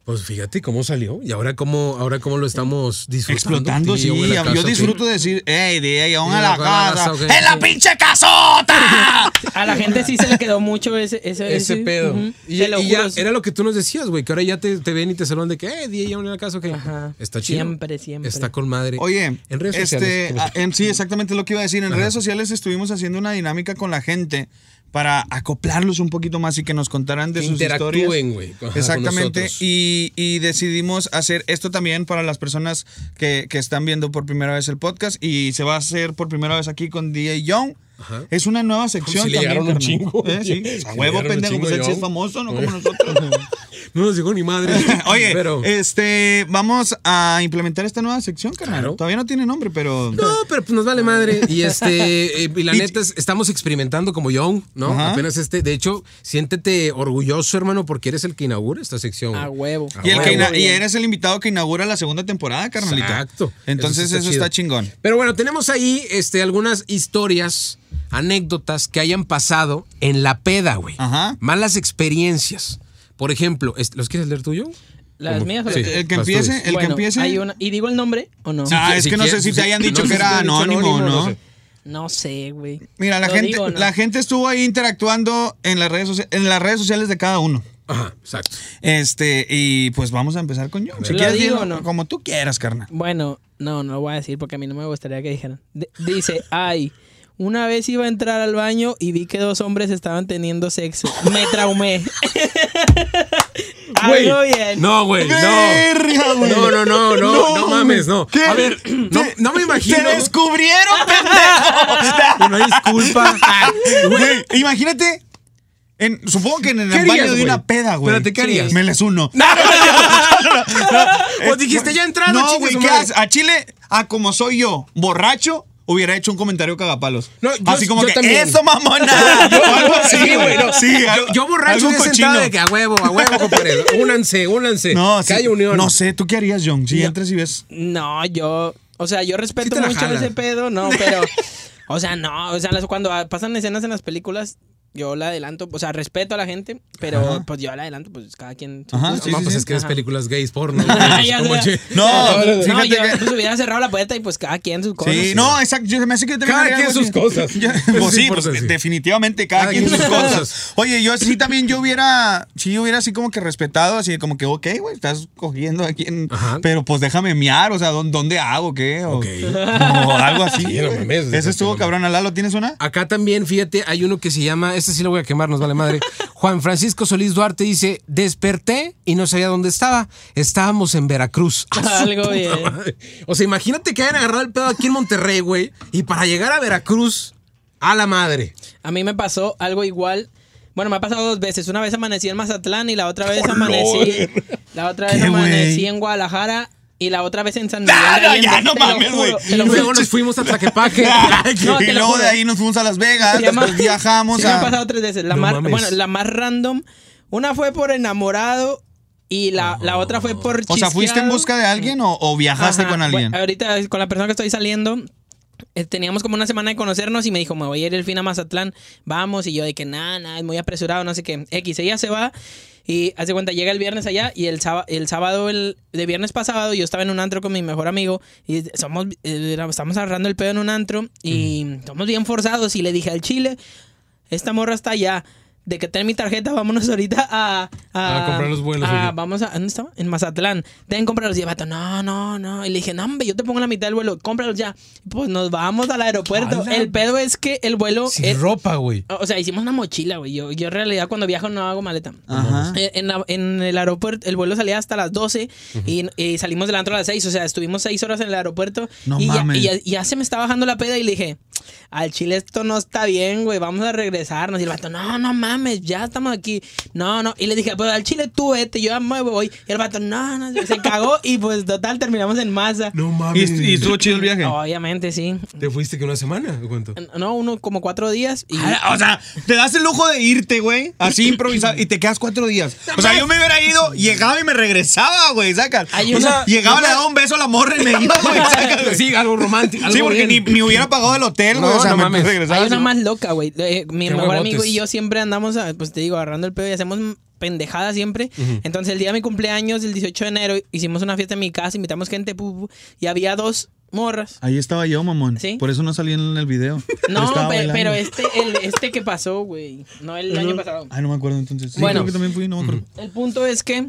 S1: Pues fíjate cómo salió y ahora cómo, ahora cómo lo estamos disfrutando.
S2: Explotando, sí.
S1: güey, en la
S2: Yo
S1: casa, ¿ok?
S2: disfruto decir, ¡ey, de ahí aún
S1: Sí,
S2: a la
S1: aún a la casa,
S2: casa!
S1: ok,
S2: ¡En la
S1: sí.
S2: pinche casota!
S4: A la gente sí se le quedó mucho ese, ese,
S1: Ese
S4: ese-
S1: pedo.
S4: ujú.
S1: Y,
S4: Te lo
S1: y
S4: juro,
S1: ya
S4: sí.
S1: era lo que tú nos decías, güey, que ahora ya te, te ven y te saludan de que, eh, di ya en la casa, ok.
S4: Ajá.
S1: Está chido.
S4: Siempre, siempre.
S1: Está con madre.
S2: Oye,
S1: en redes
S2: este,
S1: sociales.
S2: ah, en- sí, exactamente lo que iba a decir. En redes sociales estuvimos haciendo una dinámica con la gente para acoplarlos un poquito más y que nos contaran de
S1: Que
S2: sus
S1: interactúen,
S2: historias.
S1: güey, con- con
S2: Exactamente.
S1: nosotros.
S2: Y, y decidimos hacer esto también para las personas que, que están viendo por primera vez el podcast y se va a hacer por primera vez aquí con DJ Young.
S1: Ajá.
S2: Es una nueva sección
S1: Sí le
S2: también.
S1: llegaron un
S2: carnal.
S1: chingo,
S2: Eh, sí.
S1: güey. Sí
S2: A
S1: le
S2: huevo,
S1: llegaron un
S2: pendejo.
S1: chingo,
S2: Pues él sí es
S1: Young.
S2: famoso, no como nosotros.
S1: No nos llegó ni madre.
S2: Oye,
S1: pero.
S2: este, vamos a implementar esta nueva sección, carnal.
S1: Claro.
S2: Todavía no tiene nombre, pero.
S1: No, pero pues nos vale madre. Y este, eh, y la
S2: Y-
S1: neta, es- estamos experimentando como Young, ¿no?
S2: Ajá.
S1: Apenas este. De hecho, siéntete orgulloso, hermano, porque eres el que inaugura esta sección.
S4: A huevo.
S1: A
S2: Y, el
S1: Ah,
S2: que
S1: bueno,
S2: ina- y eres el invitado que inaugura la segunda temporada, carnalita.
S1: Exacto.
S2: Entonces eso,
S1: chido.
S2: está chingón.
S1: Pero bueno, tenemos ahí este, algunas historias, anécdotas que hayan pasado en la peda, güey.
S2: Ajá.
S1: Malas experiencias. Por ejemplo, este, ¿los quieres leer tú, yo?
S4: ¿Las mías o las tuyas?
S2: El que
S1: las
S2: empiece,
S1: tuyas.
S2: el
S4: Bueno,
S2: que empiece.
S4: hay una- ¿Y digo el nombre o no?
S2: Ah,
S1: Sí,
S2: es
S1: si
S2: que no sé
S1: quieres,
S2: si te
S1: sí.
S2: hayan
S1: No
S2: dicho que
S1: sé si te
S2: era
S1: hayan dicho
S2: anónimo,
S1: anónimo,
S2: ¿no?
S1: no sé.
S4: No sé, güey.
S2: Mira, la
S4: ¿Lo
S2: gente,
S4: digo o no?
S2: la gente estuvo ahí interactuando en las redes sociales, en las redes sociales de cada uno.
S1: Ajá, exacto.
S2: Este, y pues vamos a empezar con yo. Si
S4: ¿Lo
S2: quieres,
S4: digo
S2: dilo
S4: o no?
S2: como tú quieras, carnal.
S4: Bueno, no, no lo voy a decir porque a mí no me gustaría que dijeran. D- dice, ay, una vez iba a entrar al baño y vi que dos hombres estaban teniendo sexo. Me traumé.
S1: Güey,
S4: Algo bien.
S1: No, güey, no.
S2: Verga, güey.
S1: No, no, no, no, no,
S2: No,
S1: mames, no.
S2: ¿qué?
S1: A ver, no, no me
S2: ¡Te
S1: imagino.
S2: descubrieron, pendejo!
S1: Una disculpa.
S2: Güey, imagínate. en- supongo que en el
S1: ¿Qué
S2: baño
S1: harías,
S2: de
S1: güey?
S2: una peda, güey.
S1: Espérate, ¿qué harías?
S2: Me les uno.
S1: O Pues dijiste ya entraron,
S2: No,
S1: chingue
S2: güey,
S1: su
S2: ¿qué
S1: madre.
S2: haces? A Chile, a como soy yo, borracho, hubiera hecho un comentario cagapalos.
S1: No, yo-
S2: así como
S1: yo
S2: que,
S1: también.
S2: ¡eso, mamona!
S1: Yo-
S2: O algo así,
S1: sí, güey, no.
S2: Sí,
S1: Yo,
S2: algo-
S1: yo borracho
S2: algo
S1: ya sentado de que "Ah, a huevo, a huevo, compadre. Únanse, únanse.
S2: No,
S1: No,
S2: sí,
S1: que haya unión.
S2: no sé, ¿tú qué harías, John? Si entras y ves...
S4: No, yo, o sea, yo respeto
S1: te la
S4: mucho
S1: jalas.
S4: ese pedo, no, pero, o sea, no, o sea, las- cuando ah, pasan escenas en las películas, yo la adelanto, o sea, respeto a la gente, pero pues yo la adelanto, pues cada quien. su
S2: Ajá,
S1: No,
S4: gusto.
S2: sí,
S1: ma,
S2: sí,
S1: pues
S2: sí.
S1: es que ves
S4: Ajá.
S1: películas gays, porno.
S4: Ya
S1: como
S4: sé.
S1: che-
S2: No,
S4: No,
S2: fíjate
S4: yo
S2: que-
S4: pues hubiera cerrado la puerta y pues cada quien sus cosas.
S2: Sí, no, exacto. Yo me hace que yo también
S1: Cada
S2: haría
S1: quien
S2: algo
S1: sus
S2: así.
S1: cosas.
S2: Ya,
S1: Eso
S2: pues
S1: es
S2: sí,
S1: importante.
S2: pues, definitivamente cada, quien sus cosas. Oye, yo sí también yo hubiera, sí hubiera así como que respetado, así como que, ok, güey, estás cogiendo aquí, en-
S1: Ajá.
S2: pero pues déjame miar, o sea, ¿dó- ¿dónde hago qué? O,
S1: Ok.
S2: o algo así.
S1: Sí, no
S2: güey.
S1: mames,
S2: Ese estuvo
S1: definitivamente.
S2: cabrón, Lalo, ¿tienes una?
S1: Acá también, fíjate, hay uno que se llama, este sí lo voy a quemar, nos vale madre. Juan Francisco Solís Duarte dice, desperté y no sabía dónde estaba. Estábamos en Veracruz. ¡A su
S4: Algo
S1: puta
S4: bien.
S1: madre! O sea, imagínate que hayan agarrado el pedo aquí en Monterrey, güey. Y para llegar a Veracruz, a la madre.
S4: A mí me pasó algo igual. Bueno, me ha pasado dos veces. Una vez amanecí en Mazatlán y la otra vez amanecí. La otra vez
S2: ¿Qué, güey?
S4: amanecí en Guadalajara y la otra vez en San Miguel.
S2: Ah,
S4: de
S2: no,
S4: Allende.
S2: ya, no
S4: Te lo
S2: mames,
S4: juro,
S2: güey.
S1: Y
S4: te lo juro.
S1: luego nos fuimos a Tlaquepaque.
S4: No,
S2: y
S4: te lo
S2: luego
S4: juro.
S2: de ahí nos fuimos a Las Vegas,
S4: Sí,
S2: después
S4: además-
S2: viajamos
S4: sí, me ha
S2: a...
S4: pasado tres veces. La
S1: No
S4: más,
S1: mames.
S4: bueno, la más random. Una fue por enamorado y la, la otra fue por
S2: O sea, ¿fuiste en
S4: chisqueado.
S2: busca de alguien o, o viajaste
S4: Ajá.
S2: con alguien?
S4: Bueno, eh, ahorita con la persona que estoy saliendo. eh, Teníamos como una semana de conocernos y me dijo, me voy a ir el fin a Mazatlán, vamos. Y yo de que nada, nada, es muy apresurado, no sé qué. X, ella se va y hace cuenta, llega el viernes allá y el, sába- el sábado, el, de viernes pasado, yo estaba en un antro con mi mejor amigo y somos, eh, era- estamos agarrando el pedo en un antro y
S1: Mm.
S4: estamos bien forzados y le dije al chile, esta morra está allá. De que ten mi tarjeta, vámonos ahorita a...
S1: A comprar los vuelos, oye.
S4: a- vamos a... ¿Dónde estaba? En Mazatlán. Ten que comprar los Y el vato, no, no, no. Y le dije, no, hombre, yo te pongo la mitad del vuelo. Cómpralos ya. Pues nos vamos al aeropuerto.
S1: ¡Hala!
S4: El pedo es que el vuelo...
S1: Sin
S2: eh,
S4: es-
S1: ropa, güey.
S4: o sea, hicimos una mochila, güey. Yo, yo en realidad cuando viajo no hago maleta.
S2: Ajá.
S4: Eh, En, la- en el aeropuerto, el vuelo salía hasta las 12 y, y salimos del antro a las 6. O sea, estuvimos 6 horas en el aeropuerto.
S2: No
S4: y, ya,
S2: mames.
S4: y ya- y ya se me está bajando la peda y le dije, al chile esto no está bien, güey, vamos a regresarnos. Y el vato, no, no mames, ya estamos aquí. No, no. Y le dije, pues al chile tú vete, yo ya me voy. Y el vato, no, no, se cagó y pues total terminamos en masa.
S2: ¿Y, y estuvo chido el viaje?
S4: Obviamente, sí.
S1: ¿Te fuiste que una semana? o ¿Cuánto?
S4: No, uno como cuatro días y...
S2: Ah, O sea, te das el lujo de irte, güey, así improvisado, y te quedas cuatro días. O sea, yo me hubiera ido, llegaba y me regresaba, güey, saca.
S4: Hay
S2: O sea,
S4: una-
S2: llegaba, le daba un beso a la morra y me iba, güey, saca. güey.
S1: Sí, algo romántico.
S2: Sí,
S1: algo
S2: porque ni,
S1: bien.
S2: ni hubiera pagado el hotel, güey,
S1: No,
S2: o sea,
S1: no
S2: me
S1: mames.
S2: regresaba.
S4: Hay una
S2: así.
S4: más loca, güey. Eh, mi
S1: Qué
S4: mejor
S1: huevotes.
S4: amigo y yo siempre andamos, a- pues te digo, agarrando el pedo y hacemos pendejada siempre. Entonces, el día de mi cumpleaños, el 18 de enero, hicimos una fiesta en mi casa, invitamos gente, pu, pu, y había dos morras.
S2: Ahí estaba yo, mamón.
S4: ¿Sí?
S2: Por eso no salí en el video.
S4: No,
S2: Estaba
S4: pe-
S2: bailando.
S4: pero este, el, este que pasó, güey. No el año pasado.
S2: Ay, Ah, no me acuerdo entonces. Sí,
S4: Bueno.
S2: creo que también fui, no me acuerdo.
S4: El punto es que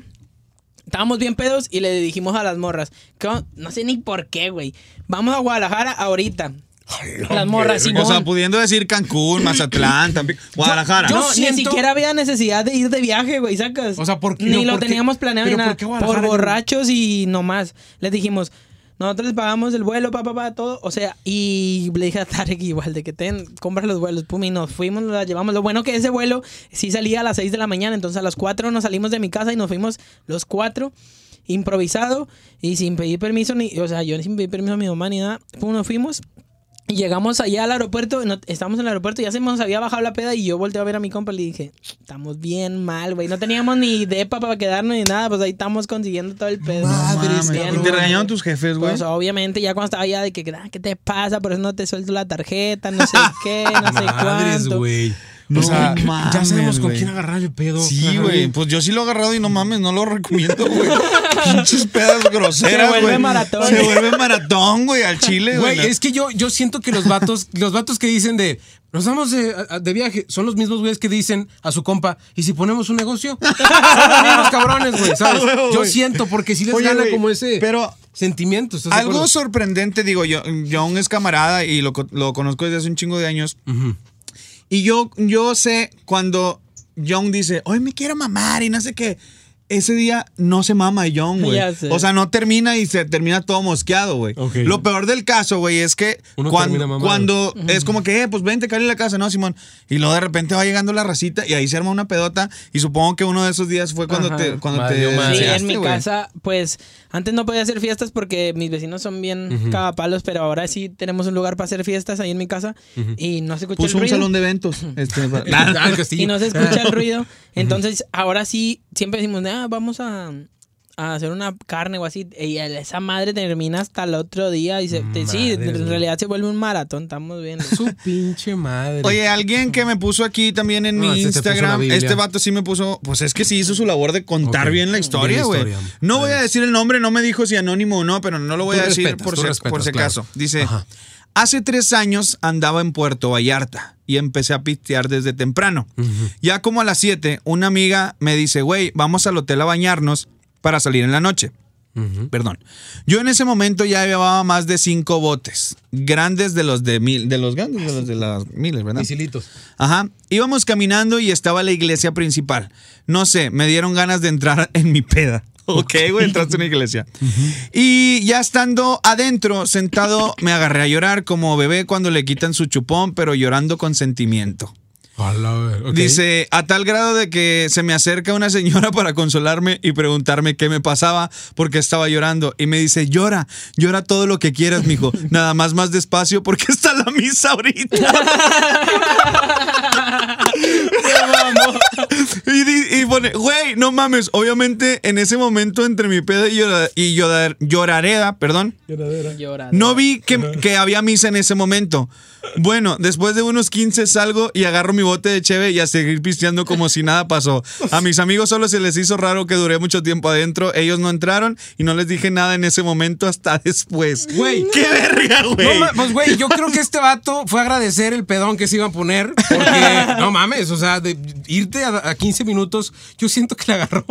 S4: estábamos bien pedos y le dijimos a las morras, que va- no sé ni por qué, güey. Vamos a Guadalajara ahorita. Las morras, Simón.
S2: O sea, pudiendo decir Cancún, Mazatlán, Tampico, Guadalajara.
S4: No,
S1: Yo siento-
S4: ni siquiera había necesidad de ir de viaje, güey, sacas.
S1: O sea, ¿por qué?
S4: Ni
S1: Pero
S4: lo
S1: ¿por qué?
S4: teníamos planeado ni
S1: ¿Pero por
S4: nada.
S1: qué
S4: Por,
S1: Guadalajara?
S4: borrachos y nomás. Les dijimos, nosotros les pagamos el vuelo, papá, papá, todo. O sea, y le dije a Tarek igual, de que ten, compra los vuelos, pum, y nos fuimos, nos la llevamos. Lo bueno que ese vuelo sí salía a las 6 de la mañana, entonces a las 4 nos salimos de mi casa y nos fuimos los cuatro. Improvisado y sin pedir permiso, ni, o sea, yo sin pedir permiso a mi mamá ni nada, pum, nos fuimos. Y llegamos allá al aeropuerto, no- estamos en el aeropuerto, ya se nos había bajado la peda y yo volteé a ver a mi compa y le dije, estamos bien mal, güey, no teníamos ni depa para quedarnos ni nada, pues ahí estamos consiguiendo todo el pedo.
S2: Madres,
S4: Bien
S2: cabrón. ¿Y te
S4: mal.
S2: regañaron tus jefes, güey?
S4: Pues obviamente, ya cuando estaba allá de que, "Ah, ¿qué te pasa? Por eso no te suelto la tarjeta, no sé qué, no sé
S1: Madres,
S4: cuánto.
S1: güey.
S2: No
S1: o sea, ya
S2: mames,
S1: sabemos con
S2: güey.
S1: quién agarrar el pedo.
S2: Sí,
S1: Ajá.
S2: güey. Pues yo sí lo he agarrado y no mames, no lo recomiendo, güey. Pinches pedas groseras,
S4: Se
S2: güey.
S4: vuelve maratón.
S2: Se vuelve maratón, güey, al chile, güey.
S1: Güey, es que yo, yo siento que los vatos, los vatos que dicen de nos vamos de, a- de viaje, son los mismos güeyes que dicen a su compa, ¿y si ponemos un negocio? son los mismos cabrones, güey, ¿sabes?
S2: A huevo,
S1: yo
S2: güey.
S1: siento, porque sí les
S2: Oye,
S1: gana
S2: güey,
S1: como ese
S2: pero
S1: sentimiento. ¿estás de
S2: Algo
S1: acuerdo?
S2: sorprendente, digo, yo, John es camarada y lo, co- lo conozco desde hace un chingo de años. Y yo, yo sé cuando John dice, hoy me quiero mamar y no sé qué. Ese día no se mama John, güey.
S4: Ya sé.
S2: O sea, no termina y se termina todo mosqueado, güey.
S1: Ok.
S2: Lo peor del caso, güey, es que
S1: Uno termina
S2: cuando,
S1: mamado.
S2: cuando es como que, eh, pues vente, cale la casa, ¿no, Simón? Y luego de repente va llegando la racita y ahí se arma una pedota. Y supongo que uno de esos días fue cuando
S4: Ajá.
S2: te. Cuando
S1: Valió
S2: te
S1: madre.
S4: Sí,
S2: desviaste,
S4: en mi
S2: güey.
S4: casa, pues antes no podía hacer fiestas porque mis vecinos son bien cagapalos, pero ahora sí tenemos un lugar para hacer fiestas ahí en mi casa y no se escucha
S2: Puso
S4: el
S2: un
S4: ruido.
S2: salón de eventos. Este, para-
S1: Ah, el castillo.
S4: y no se escucha el ruido. Entonces, ahora sí, siempre decimos, ah, vamos a, a hacer una carne o así. Y esa madre termina hasta el otro día. Y se, te- sí,
S1: Madre,
S4: en
S1: güey.
S4: realidad se vuelve un maratón, estamos viendo.
S1: Su pinche madre.
S2: Oye, alguien que me puso aquí también en
S1: Ah, este
S2: mi
S1: te puso la
S2: Instagram,
S1: Biblia.
S2: este vato sí me puso, pues es que sí hizo su labor de contar
S1: Ok.
S2: bien la
S1: Bien
S2: historia,
S1: la
S2: güey.
S1: historia.
S2: No voy a decir el nombre, no me dijo si anónimo o no, pero no lo voy
S1: Tú
S2: a decir
S1: respetas,
S2: por
S1: tú
S2: si,
S1: respetas,
S2: por si
S1: claro.
S2: acaso. Dice,
S1: Ajá.
S2: hace tres años andaba en Puerto Vallarta y empecé a pistear desde temprano. Ya como a las 7, una amiga me dice, güey, vamos al hotel a bañarnos para salir en la noche. Perdón. Yo en ese momento ya llevaba más de cinco botes. Grandes de los de mil, de los grandes, de los de las miles, ¿verdad?
S1: Misilitos.
S2: Ajá. Íbamos caminando y estaba la iglesia principal. No sé, me dieron ganas de entrar en mi peda. Ok, güey, entraste en la iglesia. Y ya estando adentro, sentado, me agarré a llorar como bebé cuando le quitan su chupón, pero llorando con sentimiento.
S1: A la ver, ok.
S2: Dice, a tal grado de que se me acerca una señora para consolarme y preguntarme qué me pasaba porque estaba llorando. Y me dice, llora, llora todo lo que quieras, mijo. Nada más más despacio porque está la misa ahorita. y, di- y pone, güey, no mames. Obviamente, en ese momento entre mi pedo y, llora- y llorar- llorareda, perdón,
S4: Llora.
S2: no vi que, que había misa en ese momento. Bueno, después de unos 15 salgo y agarro mi bote de cheve y a seguir pisteando como si nada pasó. A mis amigos solo se les hizo raro que duré mucho tiempo adentro. Ellos no entraron y no les dije nada en ese momento hasta después.
S1: Güey.
S2: ¡Qué verga, güey!
S1: No, ma- pues, güey, yo creo que este vato fue a agradecer el pedón que se iba a poner. Porque, no mames, o sea, de irte a, a 15 minutos, yo siento que le agarró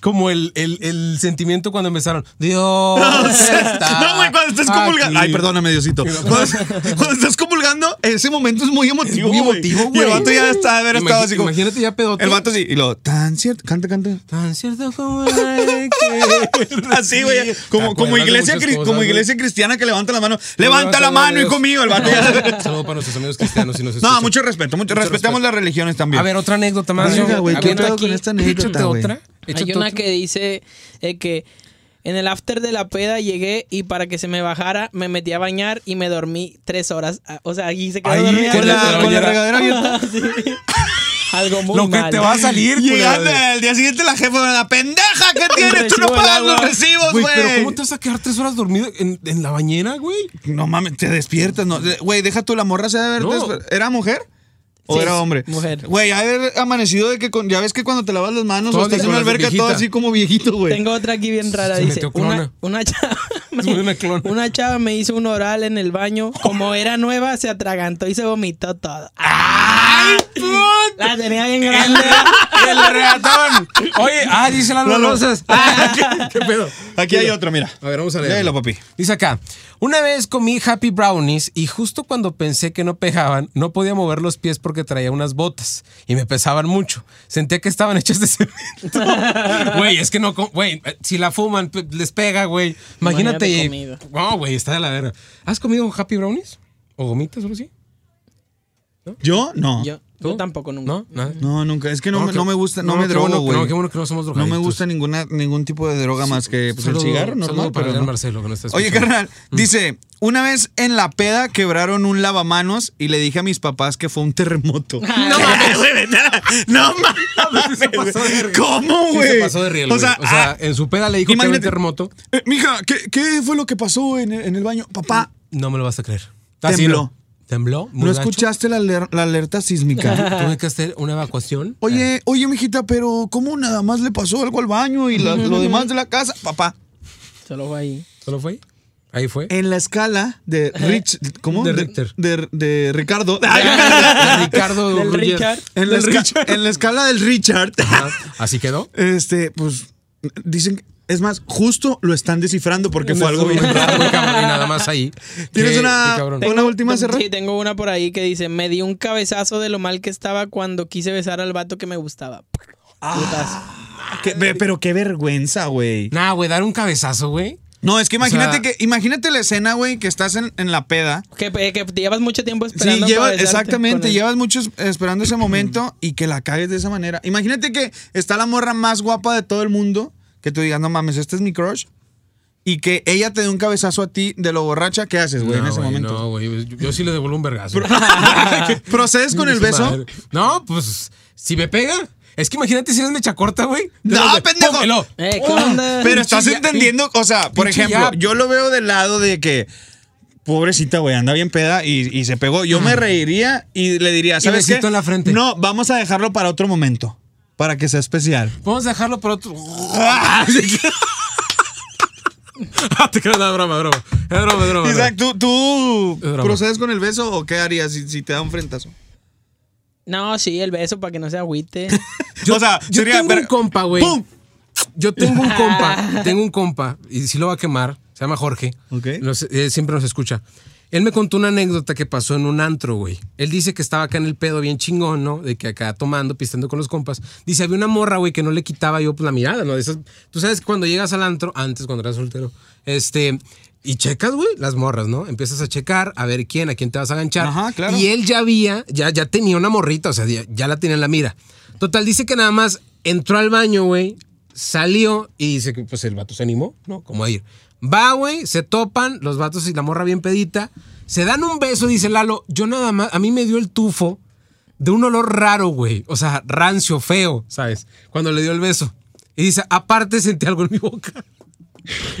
S1: como el, el- el sentimiento cuando empezaron. Dios. está
S2: No, güey, cuando estás comulgando.
S1: aquí".
S2: Ay, perdóname, Diosito. Cuando, cuando estás comulgando, ese momento es muy emotivo.
S1: Muy
S2: güey.
S1: emotivo,
S2: Y el
S1: güey.
S2: vato ya está, haber estado
S1: Imagi-
S2: así como.
S1: imagínate ya pedote.
S2: El vato sí. Y lo, tan cierto. Canta, canta.
S1: Tan cierto como el que-
S2: Así, güey.
S1: Te
S2: Como,
S1: acuerdas
S2: como,
S1: de
S2: iglesia,
S1: muchas
S2: cri-
S1: cosas,
S2: como
S1: güey.
S2: iglesia cristiana que levanta la mano. Levanta la mano, hijo mío. El vato ya-
S1: Saludo para nuestros amigos cristianos. si nos
S2: No,
S1: escuchan.
S2: mucho respeto.
S1: Mucho
S2: Mucho, respetamos
S1: respeto.
S2: las religiones también.
S1: A ver, otra anécdota más.
S2: Verga,
S1: yo-
S2: güey, ¿qué
S1: habiendo
S2: pedo
S1: aquí-
S2: con esta anécdota,
S1: Échate
S2: güey?
S1: otra.
S4: Hay
S1: échate
S4: una
S1: otra.
S4: que dice eh, que en el after de la peda llegué y para que se me bajara me metí a bañar y me dormí tres horas. Ah, O sea, aquí se quedó
S2: Ahí,
S4: dormida.
S2: con la-
S1: con la
S2: regadera abierta.
S4: Sí. Algo muy
S1: Lo que
S4: mal.
S1: te va a salir,
S2: Llegando
S1: culero, güey.
S2: al día siguiente la jefa de la pendeja que tienes. Tú
S4: recibo
S2: no
S4: del
S2: pagas
S4: agua.
S2: los recibos,
S1: Güey,
S2: güey.
S1: pero ¿cómo te vas a quedar tres horas dormido en, en la bañera, güey?
S2: No mames, te despiertas. no. Güey, deja tú la morra. ¿se debe haber
S1: No.
S2: desper- ¿Era mujer? ¿O
S4: Sí,
S2: era hombre?
S4: mujer.
S2: Güey, haber amanecido de que con- ya ves que cuando te lavas las manos
S1: Todo
S2: o estás
S1: de
S2: en una
S1: color de
S2: alberca todo
S1: viejita.
S2: así como viejito, güey.
S4: Tengo otra aquí bien rara.
S1: Pues, Se
S4: dice,
S1: metió
S4: una,
S1: clona.
S4: una chava
S1: Se metió una clona.
S4: una chava me hizo un oral en el baño. Como era nueva, se atragantó y se vomitó todo. Ah, La tenía bien grande.
S1: ¡El reatón! Oye, ah, dice las
S2: Lalo.
S1: rosas. Ah, ¿Qué, qué pedo?
S2: Aquí hay otro, mira.
S1: A ver, vamos a leer.
S2: Léelo, papi.
S1: Dice acá, una vez comí Happy Brownies y justo cuando pensé que no pegaban, no podía mover los pies porque traía unas botas y me pesaban mucho. Sentía que estaban hechas de cemento. Güey, es que no, com- güey, eh, si la fuman pe- les pega, güey. Imagínate.
S4: Imagínate
S1: No, güey, está de la verga. ¿Has comido Happy Brownies o gomitas o algo así?
S2: ¿Yo? No.
S4: Yo,
S1: ¿Tú?
S4: yo tampoco nunca.
S1: No, nada.
S2: No, nunca. Es que no, me- no me gusta, no,
S1: No,
S2: me
S1: qué
S2: drogo,
S1: bueno que
S2: güey.
S1: no, qué bueno que no somos
S2: No me
S1: drogadictos.
S2: gusta ninguna, ningún tipo de droga más que pues, el
S1: Saludo-
S2: cigarro normal.
S1: saludo para
S2: pero
S1: Adrián
S2: no.
S1: Marcelo, Mm. que nos está
S2: Oye,
S1: escuchando.
S2: carnal, dice, una vez en la peda quebraron un lavamanos y le dije a mis papás que fue un terremoto.
S4: No mames.
S2: Güey, neta, no mames.
S1: se pasó de riel.
S2: ¿Cómo,
S1: Sí
S2: güey?
S1: se pasó de riel, güey. O sea,
S2: ah,
S1: en su peda le dijo que era un
S2: imagínate.
S1: terremoto.
S2: eh, mija, ¿qué, qué fue lo que pasó en el, en el baño? Papá,
S1: No me lo vas a creer.
S2: Tembló.
S1: Así no. ¿Tembló? muy
S2: ¿no
S1: gacho.
S2: escuchaste la, aler- la alerta sísmica?
S1: Tuve que hacer una evacuación.
S2: Oye, oye, mijita, pero ¿cómo nada más le pasó algo al baño y la- lo demás de la casa? Papá,
S4: Solo fue ahí.
S1: ¿Solo fue? Ahí Ahí fue.
S2: en la escala de Rich, ¿cómo?
S1: De Richter.
S2: De, de Ricardo.
S1: De Ricardo
S4: Del
S1: Ruggier.
S4: Richard.
S2: en, la
S1: Del
S2: esca-
S1: Richard.
S2: en la escala del Richard.
S1: Ajá. Así quedó.
S2: Este, pues dicen, que- es más, justo lo están descifrando porque fue algo bien
S1: Muy
S2: raro.
S1: cabrón, Y nada más ahí.
S2: ¿Tienes
S1: Qué-
S2: una-
S1: qué cabrón.
S2: ¿Una última, Serra?
S4: Sí, tengo una por ahí que dice: Me di un cabezazo de lo mal que estaba cuando quise besar al vato que me gustaba. Putazo.
S2: Qué- ve- pero qué vergüenza, güey.
S1: Nah, güey, dar un cabezazo, güey.
S2: No, es que imagínate
S1: O sea-
S2: que, imagínate la escena, güey, que estás en, en la peda.
S4: Que, eh, que te llevas mucho tiempo
S2: Sí,
S4: esperando.
S2: lleva,
S4: empezarte con
S2: exactamente,
S4: él.
S2: llevas mucho es- esperando ese momento y que la cagues de esa manera. Imagínate que está la morra más guapa de todo el mundo, que tú digas, no mames, este es mi crush, y que ella te dé un cabezazo a ti de lo borracha, ¿qué haces, güey, en
S1: No,
S2: ese
S1: güey,
S2: momento?
S1: no, güey. Yo, yo sí le devuelvo un vergazo.
S2: ¿Procedes con el
S1: Su
S2: beso?
S1: madre. No, pues si me pega. Es que imagínate si eres mecha corta, güey.
S2: No,
S1: De-
S2: pendejo. Oh,
S1: ¡Pum! Y luego,
S4: Eh, ¿qué onda?
S2: Pero estás
S1: Pinche ya-
S2: entendiendo, o sea, por
S1: pinche
S2: ejemplo,
S1: ya.
S2: yo lo veo del lado de que, pobrecita, güey, anda bien peda y, y se pegó. Yo me reiría y le diría, ¿sabes qué?
S1: besito en la frente.
S2: No, vamos a dejarlo para otro momento, para que sea especial.
S1: Vamos a dejarlo por otro. Ah, te creas, no, es broma, broma. Es broma, es broma.
S2: Isaac, ¿tú, tú
S1: Es broma.
S2: procedes con el beso o qué harías si, si te da un frentazo?
S4: No, sí, el beso para que no se agüite.
S1: Yo-
S2: o sea,
S1: yo
S2: sería,
S1: tengo
S2: pero-
S1: un compa, güey.
S2: ¡Pum!
S1: Yo tengo un compa, tengo un compa, y si lo va a quemar, se llama Jorge.
S2: Ok.
S1: Nos- eh, siempre nos escucha. Él me contó una anécdota que pasó en un antro, güey. Él dice que estaba acá en el pedo bien chingón, ¿no? De que acá tomando, pisteando con los compas. Dice, había una morra, güey, que no le quitaba yo pues, la mirada, ¿no? De esas- Tú sabes que cuando llegas al antro, antes cuando eras soltero, este, y checas, güey, las morras, ¿no? Empiezas a checar, a ver quién, a quién te vas a ganchar.
S2: Ajá, claro.
S1: Y él ya había, ya, ya tenía una morrita, o sea, ya, ya la tenía en la mira. Total, dice que nada más entró al baño, güey, salió y dice que pues el vato se animó, ¿no? Como a ir. Va, güey, se topan, los vatos y la morra bien pedita, se dan un beso, dice Lalo, yo nada más, a mí me dio el tufo de un olor raro, güey, o sea, rancio, feo, ¿sabes? Cuando le dio el beso. Y dice, aparte sentí algo en mi boca.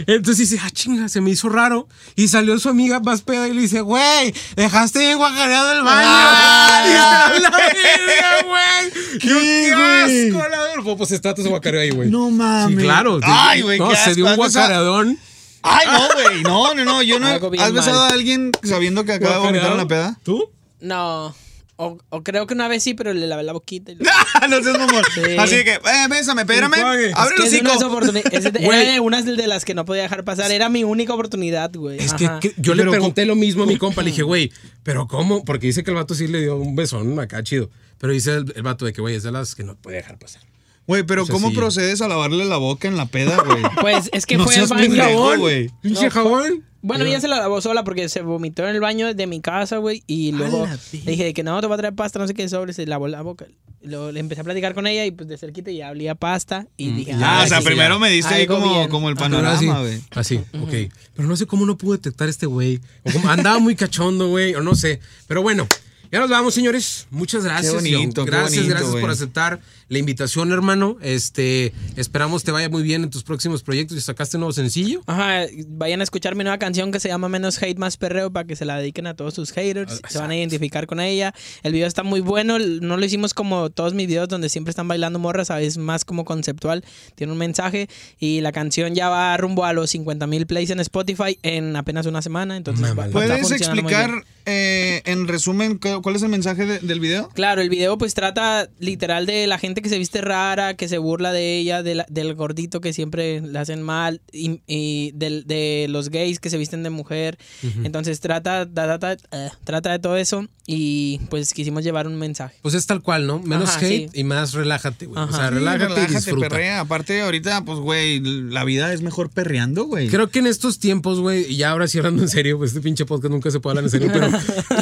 S1: Entonces dice, ah, chinga, se me hizo raro. Y salió su amiga más peda y le dice, güey, dejaste bien guacareado el baño. Y
S2: Ah,
S1: está la verga, güey. Yo,
S2: ¿Qué,
S1: ¡Qué
S2: güey?
S1: asco, la verga! Pues está todo su guacareo ahí, güey.
S2: No mames.
S1: Sí, claro.
S2: Ay, güey,
S1: No,
S2: qué
S1: se dio
S2: asco,
S1: un
S2: antes a-
S1: guacareadón.
S2: Ay, no, güey. No, no, no. Yo no.
S4: Algo bien
S2: ¿Has besado
S4: mal.
S2: a alguien sabiendo que acaba de vomitar en la
S1: guacareadón.
S2: peda?
S1: ¿Tú?
S4: No. O, o creo que una vez sí, pero le lavé la boquita. y lo-
S2: no seas mamón.
S4: Sí.
S2: Así de que, eh, bésame, espérame.
S1: Enjuague.
S2: Abre
S4: Que
S2: el
S4: es de unas
S2: hocico.
S4: oportuni- es de-
S1: Güey.
S4: Era de unas de las que no podía dejar pasar. Era mi única oportunidad, güey.
S1: Es que
S4: Ajá.
S1: que- yo le
S2: Pero,
S1: pregunté lo mismo a mi compa, le dije, güey, ¿pero cómo? Porque dice que el vato sí le dio un besón acá chido. Pero dice el, el vato de que, güey, es de las que no puede dejar pasar.
S2: Güey, pero
S1: O sea,
S2: ¿cómo
S1: sí.
S2: procedes a lavarle la boca en la peda, güey?
S4: Pues es que
S2: No
S4: fue al
S2: seas
S4: baño.
S2: pendejo,
S4: Jabón.
S2: güey.
S1: Pinche jabón.
S4: Bueno,
S1: Ahí va.
S4: ella se la lavó sola porque se vomitó en el baño de mi casa, güey. Y luego le dije de que no, te va a traer pasta, no sé qué sobre. Se lavó la boca. Luego le empecé a platicar con ella y pues de cerquita ya olía pasta. Y dije,
S2: Ah,
S4: "Ay,
S2: o sea,
S4: sí,
S2: primero me diste ahí
S4: Algo
S2: como,
S4: bien.
S2: como el
S4: Ajá.
S1: Pero
S2: panorama,
S1: así,
S2: güey.
S1: Así, Ah, ok. Pero no sé cómo no pude detectar este güey. O como andaba muy cachondo, güey. O no sé. Pero bueno, Ya nos vamos, señores. Muchas gracias.
S2: Qué bonito,
S1: John.
S2: qué
S1: Gracias,
S2: bonito,
S1: gracias por
S2: güey.
S1: aceptar la invitación, hermano. Este, esperamos te vaya muy bien en tus próximos proyectos. Y sacaste un nuevo sencillo.
S4: Ajá, vayan a escuchar mi nueva canción que se llama Menos Hate Más Perreo para que se la dediquen a todos sus haters. Se van a identificar con ella. El video está muy bueno. l- No lo hicimos como todos mis videos donde siempre están bailando morras, ¿sabes? Más como conceptual. Tiene un mensaje. Y la canción ya va rumbo a los 50 mil plays en Spotify en apenas una semana. Entonces, va-
S1: Mámala.
S4: está
S2: ¿Puedes
S4: funcionando muy bien.
S2: explicar eh, en resumen cu- cuál es el mensaje de- del video?
S4: Claro, el video pues trata literal de la gente que se viste rara, que se burla de ella, de la- del gordito que siempre le hacen mal y, y del- de, los gays que se visten de mujer. Entonces trata, da- da- da- eh, trata de todo eso y pues quisimos llevar un mensaje.
S1: Pues es tal cual, ¿no? Menos
S4: Ajá,
S1: hate
S4: sí.
S1: y más relájate, güey. O
S4: Ajá.
S1: sea,
S4: Sí,
S1: relájate, y disfruta.
S2: perrea. Aparte, ahorita, pues, güey, la vida es mejor perreando, güey.
S1: Creo que en estos tiempos, güey, y ya ahora sí hablando en serio, pues este pinche podcast nunca se puede hablar en serio, pero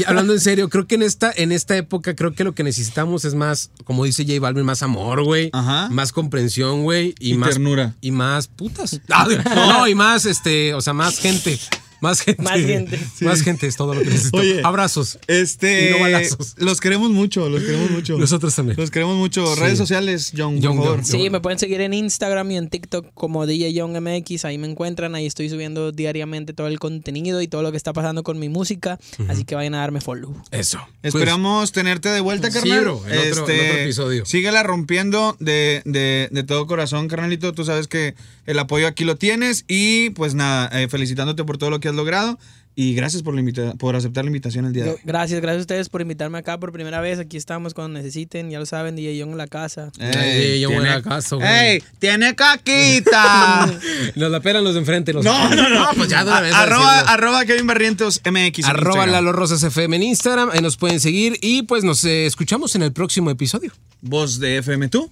S1: y hablando en serio, creo que en esta, en esta época, creo que lo que necesitamos es más, como dice J Balvin, más amor, güey.
S2: Ajá.
S1: Más comprensión, güey. Y,
S2: Y
S1: más.
S2: ternura.
S1: Y más putas. Ah, No, y más, este, o sea, más gente. Más gente.
S4: Más gente.
S1: Más gente es todo lo que necesito.
S2: Oye.
S1: Abrazos.
S2: Este.
S1: Y no balazos.
S2: Los queremos mucho, los queremos mucho.
S1: Nosotros también.
S2: Los queremos mucho.
S1: Sí.
S2: Redes sociales, John,
S1: John,
S2: por favor.
S1: John.
S4: Sí, me pueden seguir en Instagram y en TikTok como DJ Young MX, ahí me encuentran, ahí estoy subiendo diariamente todo el contenido y todo lo que está pasando con mi música, así que vayan a darme follow.
S1: Eso. Pues,
S2: Esperamos tenerte de vuelta,
S1: Sí,
S2: carnal. Este,
S1: bro, en otro- en otro episodio.
S2: Síguela rompiendo de, de- de todo corazón, carnalito. Tú sabes que el apoyo aquí lo tienes. Y pues nada, eh, felicitándote por todo lo que has logrado. Y gracias por, la invita- por aceptar la invitación el día de
S4: Yo-
S2: hoy.
S4: gracias, gracias a ustedes por invitarme acá por primera vez. Aquí estamos cuando necesiten, ya lo saben, DJ Young en la casa.
S1: Ey, yo me
S2: tiene-
S1: la caso, güey.
S2: ¡Ey! ¡Tiene caquita!
S1: nos la pelan los de enfrente. Los
S2: no, no, no.
S1: pues ya de una vez
S2: A- arroba,
S1: decirlo.
S2: arroba Kevin Barrientos MX. en
S1: Arroba
S2: Instagram.
S1: Lalo Rosas FM en Instagram, ahí nos pueden seguir y pues nos eh, escuchamos en el próximo episodio.
S2: Voz de FM, tú.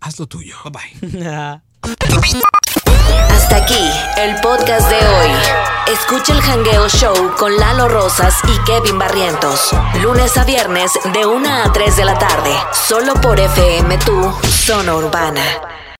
S1: Haz lo tuyo.
S2: Bye bye.
S4: Ah.
S3: Hasta aquí el podcast de hoy. Escucha el Hangueo Show con Lalo Rosas y Kevin Barrientos. Lunes a viernes de 1 a 3 de la tarde. Solo por FM Tu Zona Urbana.